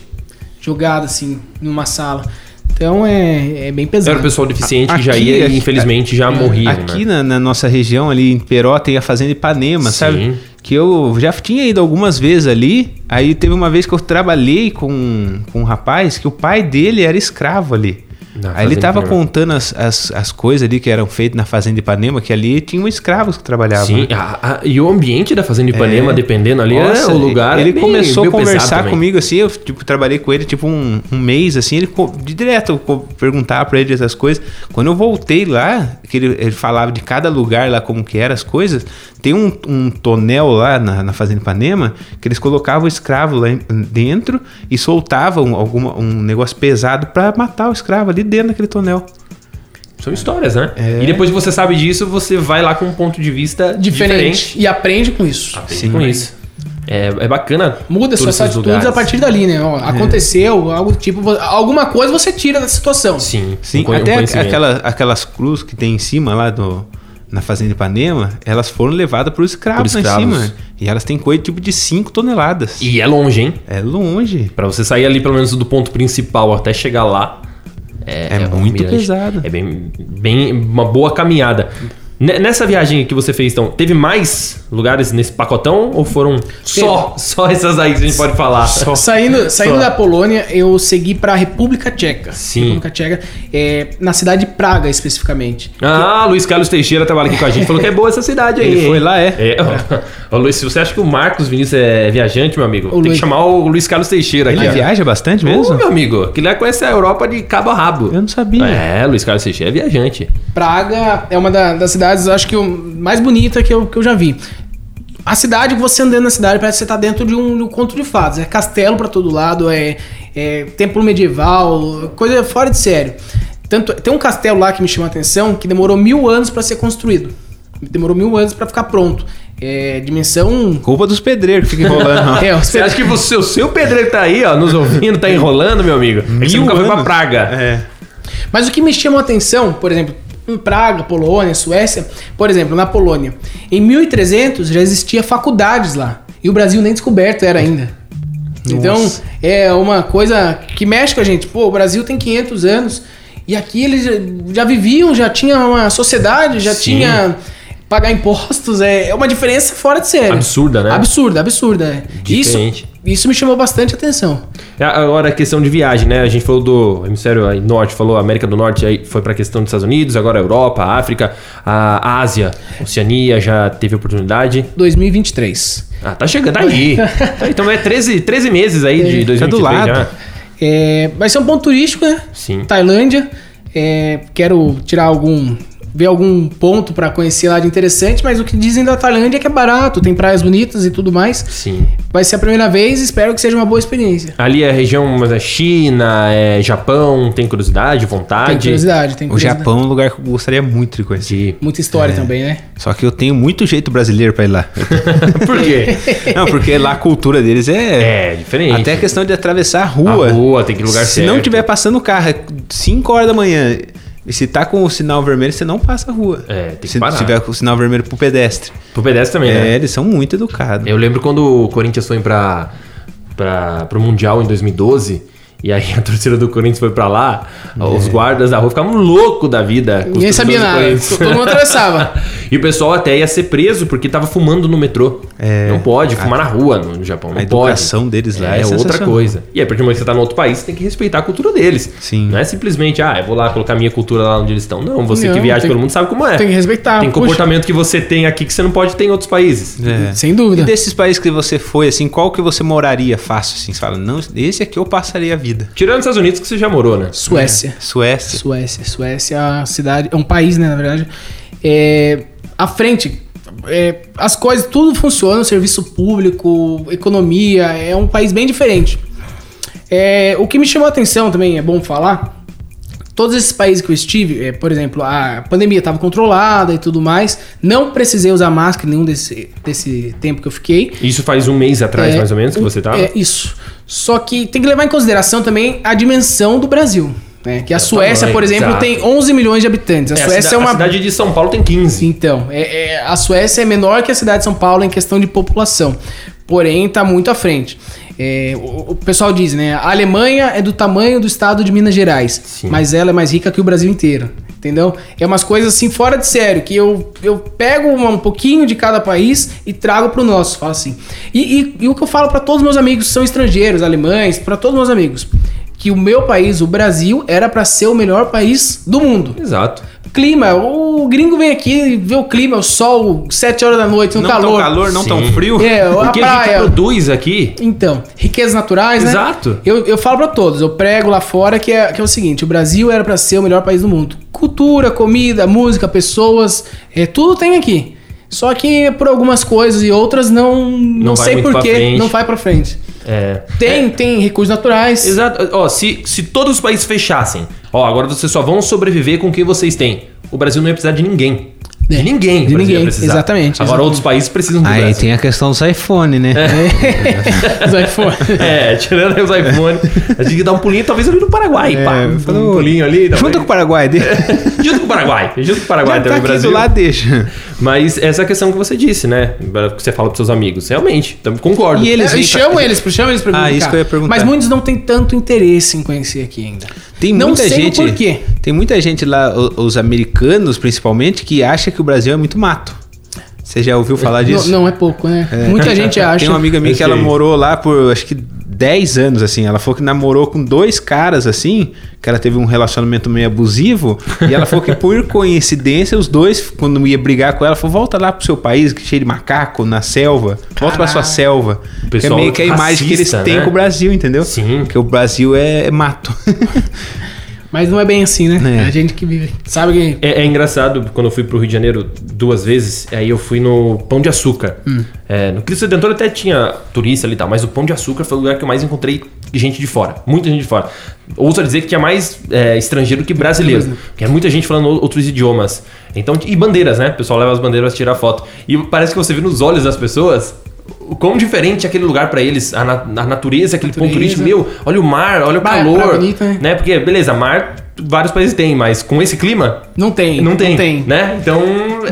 Speaker 5: jogada assim numa sala. Então é, é bem pesado.
Speaker 3: Era o pessoal deficiente que já
Speaker 4: Aqui,
Speaker 3: ia
Speaker 4: aqui-
Speaker 3: e infelizmente já morria.
Speaker 4: Aqui
Speaker 3: né?
Speaker 4: na, na nossa região, ali em Peró, tem a Fazenda Ipanema,
Speaker 3: Sim.
Speaker 4: sabe? Que eu já tinha ido algumas vezes ali. Aí teve uma vez que eu trabalhei com, com um rapaz que o pai dele era escravo ali.
Speaker 3: Na
Speaker 4: aí ele
Speaker 3: Fazenda
Speaker 4: tava
Speaker 3: Ipanema.
Speaker 4: contando as, as, as coisas ali que eram feitas na Fazenda Ipanema, que ali tinham escravos que trabalhavam. né?
Speaker 3: Sim, a- a- e o ambiente da Fazenda Ipanema,
Speaker 4: É.
Speaker 3: dependendo ali,
Speaker 4: Nossa,
Speaker 3: é o lugar.
Speaker 4: Ele
Speaker 3: é bem-
Speaker 4: começou a
Speaker 3: meio pesado
Speaker 4: conversar
Speaker 3: também.
Speaker 4: comigo assim, eu tipo, trabalhei com ele tipo um, um mês assim, ele co- de direto eu co- perguntava pra ele essas coisas. Quando eu voltei lá, que ele, ele falava de cada lugar lá como que era as coisas, tem um, um tonel lá na, na Fazenda Ipanema que eles colocavam o escravo lá em- dentro e soltavam alguma, um negócio pesado pra matar o escravo ali dentro daquele tonel.
Speaker 3: São histórias, né?
Speaker 4: É.
Speaker 3: E depois que você sabe disso, você vai lá com um ponto de vista
Speaker 5: diferente.
Speaker 3: diferente.
Speaker 5: E aprende com isso.
Speaker 3: Sim, com isso. É, é bacana.
Speaker 5: Muda
Speaker 3: todos
Speaker 5: suas
Speaker 3: esses
Speaker 5: atitudes
Speaker 3: lugares. É.
Speaker 5: a partir dali, né? Ó, Aconteceu, algo tipo, vo- alguma coisa você tira da situação.
Speaker 3: Sim,
Speaker 4: Sim,
Speaker 3: um co- um
Speaker 4: até
Speaker 3: conhecimento.
Speaker 4: aquela, aquelas cruzes que tem em cima lá do, na Fazenda Ipanema, elas foram levadas para os escravos
Speaker 3: Por
Speaker 4: lá em
Speaker 3: escravos.
Speaker 4: cima. E elas têm coisa tipo de 5 toneladas.
Speaker 3: E é longe, hein?
Speaker 4: É longe.
Speaker 3: Pra você sair ali, pelo menos, do ponto principal até chegar lá. É,
Speaker 4: É
Speaker 3: um
Speaker 4: muito
Speaker 3: mirante.
Speaker 4: pesado.
Speaker 3: É bem, bem uma boa caminhada. Ne- Nessa viagem que você fez, então, teve mais lugares nesse pacotão ou foram só, só essas aí que a gente pode falar? Só.
Speaker 5: Saindo, saindo da Polônia, eu segui pra República Tcheca.
Speaker 3: Sim.
Speaker 5: República Tcheca, é, na cidade de Praga, especificamente.
Speaker 3: Ah, Luiz Carlos Teixeira trabalha aqui com a gente. Falou que é boa essa cidade aí.
Speaker 4: Ele
Speaker 3: hein?
Speaker 4: foi lá, é.
Speaker 3: É, ó, ô, Luiz, se você acha que o Marcos Vinícius é viajante, meu amigo, tem
Speaker 5: Luiz-
Speaker 3: que chamar o Luiz Carlos Teixeira aqui.
Speaker 4: Ele
Speaker 3: ó.
Speaker 4: viaja bastante
Speaker 3: Ô,
Speaker 4: mesmo?
Speaker 3: meu amigo, que lá conhece a Europa de cabo a rabo.
Speaker 4: Eu não sabia.
Speaker 3: É, Luiz Carlos Teixeira é viajante.
Speaker 5: Praga é uma da- das cidades, acho que o mais bonita que eu, que eu já vi. A cidade, você andando na cidade, parece que você tá dentro de um, de um conto de fadas. É castelo pra todo lado, é, é templo medieval, coisa fora de sério. Tanto, tem um castelo lá que me chamou a atenção que demorou mil anos pra ser construído. Demorou mil anos pra ficar pronto. É, dimensão.
Speaker 4: Culpa dos pedreiros que ficam enrolando.
Speaker 5: É,
Speaker 3: Ah, Você acha que você- o seu pedreiro que tá aí, ó, nos ouvindo, tá enrolando, meu amigo? É que você
Speaker 4: Mil
Speaker 3: nunca foi pra
Speaker 4: anos?
Speaker 3: Praga.
Speaker 4: É.
Speaker 5: Mas o que me chamou a atenção, por exemplo, em Praga, Polônia, Suécia, por exemplo, na Polônia, em 1300 já existia faculdades lá. E o Brasil nem descoberto era ainda. Então, é uma coisa que mexe com a gente. Pô, o Brasil tem 500 anos e aqui eles já, já viviam, já tinha uma sociedade, já
Speaker 3: Sim.
Speaker 5: tinha pagar impostos. É, é uma diferença fora de série.
Speaker 3: Absurda, né?
Speaker 5: Absurda, absurda. é. Isso,
Speaker 3: Diferente.
Speaker 5: isso me chamou bastante atenção.
Speaker 3: É, Agora a questão de viagem, né? A gente falou do hemisfério aí norte, falou América do Norte, aí foi pra questão dos Estados Unidos, agora Europa, África, a Ásia, Oceania já teve oportunidade.
Speaker 5: 2023.
Speaker 3: Ah, tá chegando aí. Tá, então é 13, 13 meses aí de 2023
Speaker 4: Tá do lado.
Speaker 3: já.
Speaker 5: É, vai ser um ponto turístico, né?
Speaker 3: Sim.
Speaker 5: Tailândia. É, quero tirar algum. ver algum ponto pra conhecer lá de interessante, mas o que dizem da Tailândia é que é barato, tem praias bonitas e tudo mais.
Speaker 3: Sim.
Speaker 5: Vai ser a primeira vez, espero que seja uma boa experiência.
Speaker 3: Ali é a região, mas é China, é Japão, tem curiosidade, vontade.
Speaker 5: Tem curiosidade, tem
Speaker 4: O
Speaker 5: curiosidade.
Speaker 4: Japão é um lugar que eu gostaria muito de conhecer.
Speaker 3: De...
Speaker 5: Muita
Speaker 3: É.
Speaker 5: história também, né?
Speaker 4: Só que eu tenho muito jeito brasileiro pra ir lá.
Speaker 3: Por quê?
Speaker 4: Não, porque lá a cultura deles é.
Speaker 3: É, diferente.
Speaker 4: Até a questão de atravessar a rua.
Speaker 3: A rua, tem que ir no lugar
Speaker 4: Se
Speaker 3: certo.
Speaker 4: não tiver passando o carro, é 5 horas da manhã, e se tá com o sinal vermelho, você não passa a rua.
Speaker 3: É, tem que
Speaker 4: se
Speaker 3: parar.
Speaker 4: tiver com o sinal vermelho pro pedestre.
Speaker 3: Pro pedestre também, né?
Speaker 4: É, eles são muito educados.
Speaker 3: Eu lembro quando o Corinthians foi pra, pra, pro Mundial em 2012 E aí a torcida do Corinthians foi pra lá,
Speaker 4: É.
Speaker 3: os guardas da rua ficavam loucos da vida. com os
Speaker 5: Ninguém sabia nada.
Speaker 3: torcedores do
Speaker 5: Todo mundo
Speaker 3: Corinthians.
Speaker 5: atravessava.
Speaker 3: E o pessoal até ia ser preso porque tava fumando no metrô.
Speaker 4: É.
Speaker 3: Não pode fumar na rua no Japão. Não
Speaker 4: a educação
Speaker 3: pode.
Speaker 4: deles lá
Speaker 3: é,
Speaker 4: é
Speaker 3: outra
Speaker 4: sensacional.
Speaker 3: coisa. E aí, a partir do momento que você tá no outro país, você tem que respeitar a cultura deles.
Speaker 4: Sim.
Speaker 3: Não é simplesmente, ah, eu vou lá colocar minha cultura lá onde eles estão. Não, você
Speaker 5: Não,
Speaker 3: que viaja
Speaker 5: tem-
Speaker 3: pelo mundo sabe como é.
Speaker 5: tem que respeitar,
Speaker 3: Tem
Speaker 5: puxa.
Speaker 3: comportamento que você tem aqui que você não pode ter em outros países.
Speaker 4: É.
Speaker 5: Sem
Speaker 4: E
Speaker 5: dúvida.
Speaker 4: desses países que você foi, assim, qual que você moraria fácil, assim? Você fala, não, esse aqui eu passaria a vida.
Speaker 3: Tirando os Estados Unidos que você já morou, né?
Speaker 5: Suécia.
Speaker 4: Suécia.
Speaker 5: Suécia. Suécia é uma cidade, é um país, né, na verdade. É, à frente, é, as coisas, tudo funciona, serviço público, economia, é um país bem diferente. É, o que me chamou a atenção também, é bom falar, todos esses países que eu estive, é, por exemplo, a pandemia estava controlada e tudo mais, não precisei usar máscara em nenhum desse, desse tempo que eu fiquei.
Speaker 3: Isso faz um mês atrás,
Speaker 5: É,
Speaker 3: mais ou menos, que
Speaker 5: o-
Speaker 3: você tá? tava.
Speaker 5: É, isso. Só que tem que levar em consideração também a dimensão do Brasil. Né? Que a Suécia,
Speaker 3: tamanho,
Speaker 5: por exemplo,
Speaker 3: exato.
Speaker 5: tem 11 milhões de habitantes. A
Speaker 3: É, a
Speaker 5: Suécia
Speaker 3: cida-
Speaker 5: é uma.
Speaker 3: A cidade de São Paulo tem 15.
Speaker 5: Então, é- é- a Suécia é menor que a cidade de São Paulo em questão de população. Porém, está muito à frente. É, o, o pessoal diz, né? A Alemanha é do tamanho do estado de Minas Gerais, mas ela é mais rica que o Brasil inteiro. Entendeu? É umas coisas assim fora de sério, que eu, eu pego uma- um pouquinho de cada país e trago pro nosso. Falo assim. E, e- e o que eu falo para todos meus amigos que são estrangeiros, alemães, para todos meus amigos, que o meu país, o Brasil, era para ser o melhor país do mundo.
Speaker 3: Exato.
Speaker 5: Clima, o gringo vem aqui vê o clima, o sol, 7 horas da noite, no
Speaker 4: não
Speaker 5: calor.
Speaker 4: tão calor, não Tá tão
Speaker 3: Sim.
Speaker 4: frio.
Speaker 5: É, a
Speaker 3: o que a gente
Speaker 5: praia.
Speaker 3: produz aqui.
Speaker 5: Então, riquezas naturais, né?
Speaker 3: Exato.
Speaker 5: Eu, eu falo pra todos, eu prego lá fora que é, que é o seguinte: o Brasil era pra ser o melhor país do mundo. Cultura, comida, música, pessoas, é, tudo tem aqui. Só que por algumas coisas e outras não, não,
Speaker 3: Não vai
Speaker 5: sei
Speaker 3: muito pra
Speaker 5: porquê,
Speaker 3: frente.
Speaker 5: não vai pra frente.
Speaker 3: É.
Speaker 5: Tem, tem recursos naturais.
Speaker 3: Exato. Ó, se, se todos os países fechassem, ó, agora vocês só vão sobreviver com o que vocês têm. O Brasil não ia precisar de ninguém.
Speaker 5: É,
Speaker 3: De ninguém. o
Speaker 5: de
Speaker 3: Brasil
Speaker 5: ninguém,
Speaker 3: ia precisar.
Speaker 5: exatamente,
Speaker 3: Agora
Speaker 5: exatamente.
Speaker 3: outros países precisam do
Speaker 6: Aí
Speaker 3: Brasil.
Speaker 6: tem a questão dos iPhone, né?
Speaker 5: Os iPhone.
Speaker 3: É, tirando os iPhones, a gente dá um pulinho talvez ali no Paraguai,
Speaker 4: É,
Speaker 3: pá. Um pulinho ali. talvez.
Speaker 4: Junta com o Paraguai dele.
Speaker 3: Junto com o Paraguai. Junto com o
Speaker 4: Já
Speaker 3: Paraguai
Speaker 4: tá
Speaker 3: também,
Speaker 4: aqui
Speaker 3: Brasil.
Speaker 4: do lado, deixa.
Speaker 3: Mas essa é questão que você disse, né? Que você fala pros seus amigos. Realmente, tam- concordo.
Speaker 4: E eles
Speaker 5: É,
Speaker 4: vêm
Speaker 5: e
Speaker 4: pra-
Speaker 5: chamam eles, pro- chamam eles pra
Speaker 4: Ah, isso que eu ia perguntar.
Speaker 5: Mas muitos não têm tanto interesse em conhecer aqui ainda.
Speaker 4: Tem
Speaker 5: não
Speaker 4: muita
Speaker 5: sei
Speaker 4: gente.
Speaker 5: o porquê.
Speaker 4: Tem muita gente lá, o- os americanos principalmente, que acha que o Brasil é muito mato. Você já ouviu falar
Speaker 5: Não,
Speaker 4: disso?
Speaker 5: não é pouco, né? Muita gente acha.
Speaker 4: Tem um uma amiga minha
Speaker 3: Acho
Speaker 4: que ela
Speaker 3: que é isso.
Speaker 4: morou lá por acho que 10 anos, assim. Ela falou que namorou com dois caras, assim, que ela teve um relacionamento meio abusivo. e ela falou que, por coincidência, os dois, quando ia brigar com ela, falou: volta lá pro seu país, que é cheio de macaco, na selva. Volta pra sua selva. Que é
Speaker 3: pessoal
Speaker 4: meio que a imagem que eles
Speaker 3: racista,
Speaker 4: têm
Speaker 3: né?
Speaker 4: com o Brasil, entendeu?
Speaker 3: Sim.
Speaker 4: Porque o Brasil é, é mato.
Speaker 5: Mas não é bem assim, né?
Speaker 4: É.
Speaker 5: A gente que vive. Sabe que.
Speaker 3: É, é engraçado, quando eu fui pro Rio de Janeiro duas vezes, aí eu fui no Pão de Açúcar. É, no Cristo Redentor até tinha turista ali e tal, mas o Pão de Açúcar foi o lugar que eu mais encontrei gente de fora. Muita gente de fora. Ouso dizer que tinha mais é, estrangeiro que brasileiro. Porque é muita gente falando ou- outros idiomas. Então, e bandeiras, né? O pessoal leva as bandeiras pra tirar foto. E parece que você vê nos olhos das pessoas o quão diferente é aquele lugar pra eles, a, na, a natureza, aquele ponto
Speaker 5: Natureza.
Speaker 3: turístico. Meu, olha o mar, olha o
Speaker 5: Praia-
Speaker 3: calor.
Speaker 5: praia bonita, né?
Speaker 3: né? Porque, beleza, mar vários países têm, mas com esse clima,
Speaker 5: Não tem.
Speaker 3: não tem, né? Então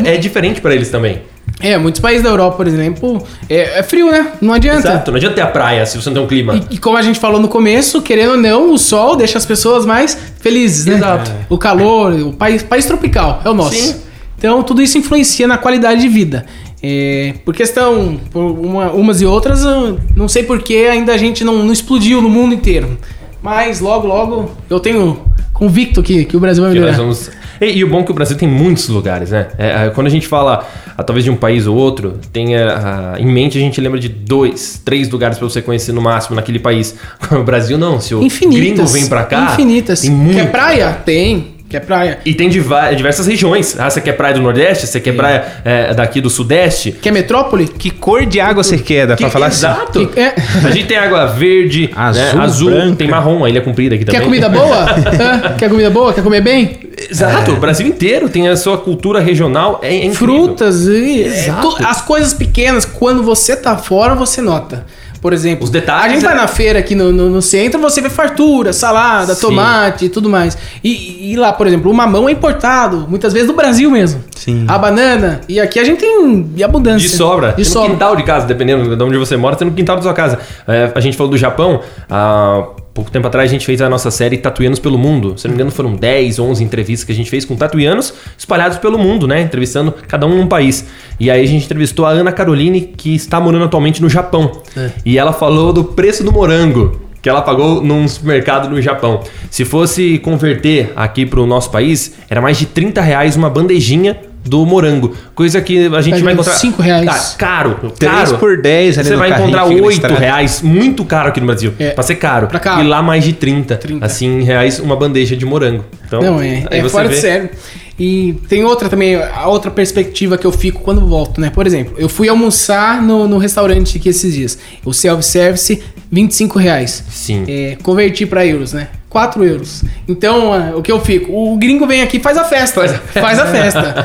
Speaker 3: é diferente pra eles também.
Speaker 5: É, muitos países da Europa, por exemplo, é, é frio, né? Não adianta.
Speaker 3: Exato. Não adianta ter a praia se você não tem um clima.
Speaker 5: E, e como a gente falou no começo, querendo ou não, o sol deixa as pessoas mais felizes, né?
Speaker 3: Exato.
Speaker 5: O calor, o país, país tropical é o nosso.
Speaker 3: Sim.
Speaker 5: Então tudo isso influencia na qualidade de vida. É, por questão, por uma- umas e outras, eu não sei por que ainda a gente não, não explodiu no mundo inteiro. Mas logo, logo, eu tenho convicto que, que o Brasil vai
Speaker 3: Que nós
Speaker 5: melhorar.
Speaker 3: vamos- E, e o bom é que o Brasil tem muitos lugares, né? É, é, quando a gente fala, ah, talvez, de um país ou outro, tem é, ah, em mente a gente lembra de dois, três lugares pra você conhecer no máximo naquele país. O Brasil não, se o
Speaker 5: Infinitas.
Speaker 3: gringo vem pra cá,
Speaker 5: Infinitas.
Speaker 3: tem muito.
Speaker 5: Quer praia? Tem. Quer praia?
Speaker 3: E tem diva- diversas regiões. Ah, você quer praia do Nordeste? Você quer praia é, daqui do Sudeste?
Speaker 5: Quer metrópole?
Speaker 4: que cor de água você quer? Dá pra
Speaker 3: Que-
Speaker 4: falar assim?
Speaker 3: Exato.
Speaker 5: Que- é.
Speaker 3: A gente tem água verde,
Speaker 4: Azul,
Speaker 3: né, azul
Speaker 4: branca.
Speaker 3: tem marrom, a ilha comprida aqui também.
Speaker 5: Quer comida boa? Hã? Quer comida boa? Quer comer bem?
Speaker 3: Exato, o Brasil inteiro tem a sua cultura regional. É, é incrível. É,
Speaker 5: frutas e tu- as coisas pequenas quando você tá fora você nota por exemplo
Speaker 3: Os detalhes,
Speaker 5: a gente
Speaker 3: né?
Speaker 5: vai na feira aqui no, no, no centro você vê fartura salada
Speaker 3: Sim.
Speaker 5: tomate e tudo mais e, e lá por exemplo o mamão é importado muitas vezes do Brasil mesmo
Speaker 4: Sim.
Speaker 5: a banana e aqui a gente tem e abundância
Speaker 3: De sobra.
Speaker 5: de
Speaker 3: Tem no
Speaker 5: sobra
Speaker 3: quintal de casa, dependendo de onde você mora, tem no quintal da sua casa. É, a gente falou do Japão, a pouco tempo atrás a gente fez a nossa série Tatuianos pelo Mundo. Se não me engano, foram 10, 11 entrevistas que a gente fez com tatuianos espalhados pelo mundo, né? Entrevistando cada um num país. E aí a gente entrevistou a Ana Caroline, que está morando atualmente no Japão.
Speaker 5: É.
Speaker 3: E ela falou do preço do morango que ela pagou num supermercado no Japão. Se fosse converter aqui pro nosso país, era mais de 30 reais uma bandejinha do morango. Coisa que a gente
Speaker 5: Tá
Speaker 3: vai
Speaker 5: vendo?
Speaker 3: encontrar...
Speaker 5: Cinco reais.
Speaker 3: Tá caro,
Speaker 4: Três
Speaker 3: caro.
Speaker 4: por dez ali
Speaker 3: Você
Speaker 4: no
Speaker 3: vai
Speaker 4: carrinho
Speaker 3: encontrar
Speaker 4: que fica na
Speaker 3: 8
Speaker 4: estrada.
Speaker 3: reais, muito caro aqui no Brasil.
Speaker 5: É.
Speaker 3: Pra ser caro.
Speaker 5: Pra cá.
Speaker 3: E lá mais de 30.
Speaker 5: 30.
Speaker 3: Assim, reais uma bandeja de morango. Então,
Speaker 5: Não, é,
Speaker 3: aí
Speaker 5: é
Speaker 3: você
Speaker 5: fora
Speaker 3: vê.
Speaker 5: de sério. E tem outra também, a outra perspectiva que eu fico quando volto, né? Por exemplo, eu fui almoçar no, no restaurante aqui esses dias. O self-service, 25 reais.
Speaker 3: Sim.
Speaker 5: É, converti pra euros, né? 4 euros. Então, é, o que eu fico? O gringo vem aqui e faz a festa. Faz a festa.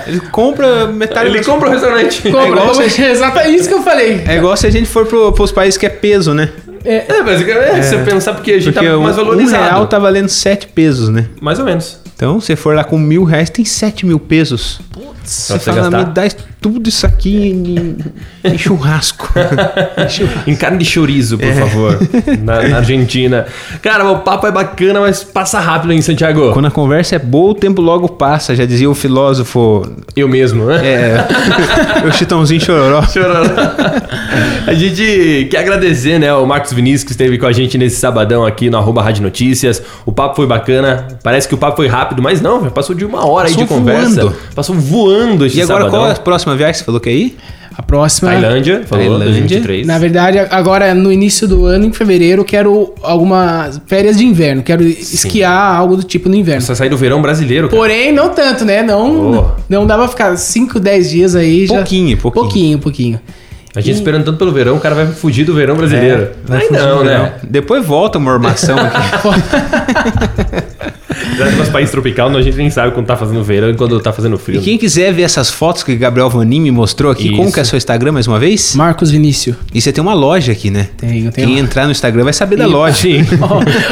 Speaker 4: Ele compra metade
Speaker 3: Ele
Speaker 4: do-
Speaker 3: compra o restaurante.
Speaker 5: Compra,
Speaker 4: É igual
Speaker 5: compra- Exatamente isso que eu falei.
Speaker 4: É igual se a gente for pro, pros países que é peso, né?
Speaker 5: É,
Speaker 3: É, mas é, se você pensar, porque a gente
Speaker 4: Porque
Speaker 3: tá mais
Speaker 4: um, um
Speaker 3: valorizado.
Speaker 4: real tá valendo 7 pesos, né?
Speaker 3: Mais ou menos.
Speaker 4: Então, se você for lá com mil reais, tem 7 mil pesos. Putz, você
Speaker 3: você
Speaker 4: fala, "Ah,
Speaker 3: gastar.
Speaker 4: me dá tudo isso aqui em, em- em churrasco.
Speaker 3: Em carne de chorizo,
Speaker 4: É.
Speaker 3: por favor. Na, na Argentina. Cara, o papo é bacana, mas passa rápido, hein, Santiago?
Speaker 4: Quando a conversa é boa, o tempo logo passa, já dizia o filósofo.
Speaker 3: Eu mesmo, né?
Speaker 4: É. o Chitãozinho Chororó.
Speaker 3: A gente quer agradecer, né, o Marcos Vinícius que esteve com a gente nesse sabadão aqui no arroba Rádio Notícias. O papo foi bacana. Parece que o papo foi rápido, mas não, já passou de uma hora aí de
Speaker 4: Passou
Speaker 3: conversa.
Speaker 4: voando.
Speaker 3: Passou voando esse
Speaker 4: E agora,
Speaker 3: sabadão.
Speaker 4: qual é a próxima viagem que você falou que é aí?
Speaker 5: a próxima.
Speaker 3: Tailândia, falou,
Speaker 4: Tailândia.
Speaker 3: 2023.
Speaker 5: Na verdade, agora no início do ano, em fevereiro, eu quero algumas férias de inverno. Quero esquiar algo do tipo no inverno.
Speaker 3: Você sair do verão brasileiro, cara.
Speaker 5: Porém, não tanto, né? Não,
Speaker 3: Boa.
Speaker 5: não dava ficar 5, 10 dias aí. Já...
Speaker 4: Pouquinho, pouquinho.
Speaker 5: Pouquinho, pouquinho.
Speaker 3: A gente esperando tanto pelo verão, o cara vai fugir do verão
Speaker 4: É,
Speaker 3: brasileiro. Aí não, né?
Speaker 4: Depois volta uma ormação aqui.
Speaker 3: Já que nosso país tropical, a gente nem sabe quando tá fazendo verão e quando tá fazendo frio.
Speaker 4: E quem quiser ver essas fotos que o Gabriel Vanim me mostrou aqui, como
Speaker 3: Isso.
Speaker 4: que é seu Instagram mais uma vez?
Speaker 5: Marcos Vinícius.
Speaker 4: E você tem uma loja aqui, né?
Speaker 5: Tem, eu tenho
Speaker 4: Quem
Speaker 5: uma-
Speaker 4: entrar no Instagram vai saber da loja.
Speaker 3: Sim.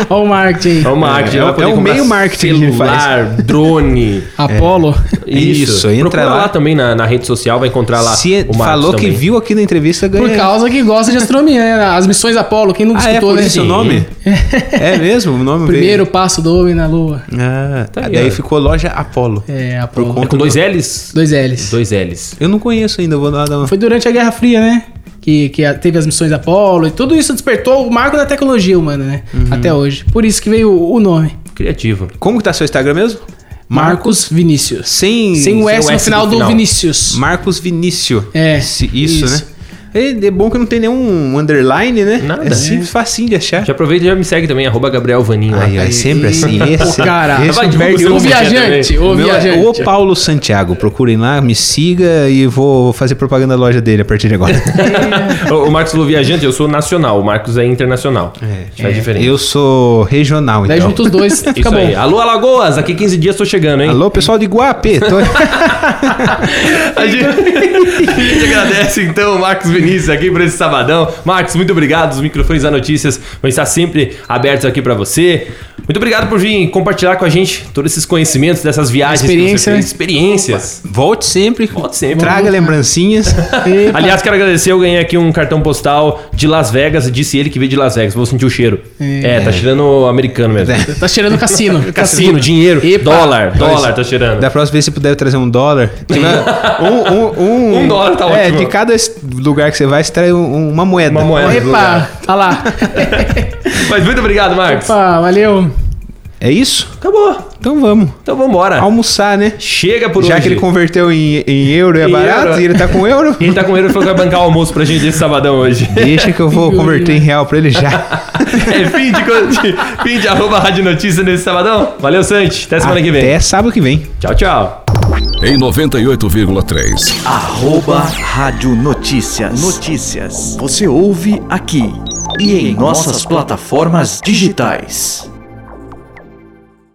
Speaker 5: Olha o marketing
Speaker 3: É
Speaker 5: aí.
Speaker 3: o marketing.
Speaker 4: É,
Speaker 3: ela
Speaker 4: é
Speaker 3: poder
Speaker 4: o
Speaker 3: comprar
Speaker 4: meio marketing que ele faz.
Speaker 3: Celular, drone.
Speaker 5: Apolo.
Speaker 3: É.
Speaker 4: Isso, entra
Speaker 3: Procura lá.
Speaker 4: lá.
Speaker 3: também na, na rede social, vai encontrar lá.
Speaker 4: Se é-
Speaker 3: o Marcos
Speaker 4: falou que
Speaker 3: também.
Speaker 4: viu aqui na entrevista, ganha.
Speaker 5: Por causa que gosta de astronomia, né? As missões Apolo, quem não
Speaker 4: É. Ah, é
Speaker 5: escutou,
Speaker 4: por
Speaker 5: né?
Speaker 4: isso o nome? É mesmo? O nome
Speaker 5: Primeiro passo do homem na Lua.
Speaker 4: veio. Ah, tá
Speaker 3: aí,
Speaker 4: daí
Speaker 3: ó.
Speaker 4: ficou loja Apollo.
Speaker 5: É,
Speaker 4: Por
Speaker 5: Apolo.
Speaker 4: conta-
Speaker 3: É com dois L's?
Speaker 5: Dois L's.
Speaker 3: Dois L's.
Speaker 4: Eu não conheço ainda, eu vou dar uma...
Speaker 5: Foi durante a Guerra Fria, né? Que, que a- teve as missões Apolo e tudo isso despertou o marco da tecnologia humana, né? Até hoje. Por isso que veio o o nome.
Speaker 3: Criativo.
Speaker 4: Como que tá seu Instagram mesmo?
Speaker 5: Marcos Vinícius.
Speaker 4: Sem,
Speaker 5: Sem o S,
Speaker 3: o
Speaker 5: no
Speaker 3: S
Speaker 5: final
Speaker 3: no
Speaker 5: do
Speaker 3: final.
Speaker 5: Vinícius.
Speaker 4: Marcos Vinício.
Speaker 5: É,
Speaker 4: Se- Isso,
Speaker 5: isso.
Speaker 4: né? É, é bom que não tem nenhum underline, né?
Speaker 3: Nada.
Speaker 4: É simples, facinho de achar.
Speaker 3: Já aproveita e já me segue também, arroba Gabriel Vaninho. lá.
Speaker 4: Aí, ó, é sempre assim. Esse,
Speaker 5: cara.
Speaker 4: esse
Speaker 3: Vai,
Speaker 4: não perde
Speaker 3: divulga
Speaker 5: O
Speaker 4: um.
Speaker 3: seu
Speaker 5: viajante, o
Speaker 4: O meu é o
Speaker 5: viajante.
Speaker 4: Paulo Santiago. Procurem lá, me siga e vou fazer propaganda da loja dele a partir de agora.
Speaker 3: o o Marcos falou viajante, eu sou nacional. O Marcos é internacional. É, é diferente.
Speaker 4: Eu sou regional,
Speaker 5: Daí
Speaker 4: então.
Speaker 5: junta os dois,
Speaker 3: Isso
Speaker 5: fica
Speaker 3: aí.
Speaker 5: bom.
Speaker 3: Alô, Alagoas! Aqui 15 dias tô chegando, hein?
Speaker 4: Alô, pessoal de Guapê. Tô...
Speaker 3: A gente, a gente agradece então o Marcos Vinícius aqui por esse sabadão. Marcos, muito obrigado. Os microfones da Notícias vão estar sempre abertos aqui pra você. Muito obrigado por vir compartilhar com a gente todos esses conhecimentos dessas viagens. que você
Speaker 5: Experiência,
Speaker 3: fez.
Speaker 5: né?
Speaker 3: Experiências.
Speaker 4: Volte sempre.
Speaker 3: Volte sempre.
Speaker 4: Traga lembrancinhas.
Speaker 5: E-
Speaker 3: Aliás, quero agradecer. Eu ganhei aqui um cartão postal de Las Vegas e disse ele que veio de Las Vegas. Vou sentir o cheiro. É, tá cheirando americano mesmo.
Speaker 4: É.
Speaker 5: Tá cheirando o cassino.
Speaker 3: Cassino, dinheiro,
Speaker 5: Epa.
Speaker 3: dólar, dólar, tá
Speaker 4: Da
Speaker 3: cheirando.
Speaker 4: próxima vez, se puder trazer um dólar. Tiver um, um,
Speaker 3: Um dólar tá
Speaker 4: É,
Speaker 3: ótimo.
Speaker 4: de cada es- lugar que você vai, você traz um- uma moeda.
Speaker 3: Uma moeda.
Speaker 5: Epa, tá lá.
Speaker 3: Mas muito obrigado, Marcos.
Speaker 5: Epa, valeu.
Speaker 4: É isso?
Speaker 3: Acabou.
Speaker 4: Então vamos.
Speaker 3: Então vambora.
Speaker 4: Almoçar, né?
Speaker 3: Chega por hoje.
Speaker 4: Já que ele converteu em, em euro é
Speaker 3: Em
Speaker 4: barato
Speaker 3: euro.
Speaker 4: e ele tá com euro.
Speaker 3: Ele tá com ele e falou que vai bancar o almoço pra gente esse sabadão hoje.
Speaker 4: Deixa que eu vou converter
Speaker 3: né?
Speaker 4: em real pra ele já.
Speaker 3: É fim de, co- de- fim de arroba Rádio Notícia nesse sabadão. Valeu, Santi. Até semana que vem.
Speaker 4: Até sábado que vem.
Speaker 3: Tchau, tchau.
Speaker 1: Em 98,3.
Speaker 2: Arroba Rádio Notícias. Notícias. Você ouve aqui e em nossas plataformas digitais.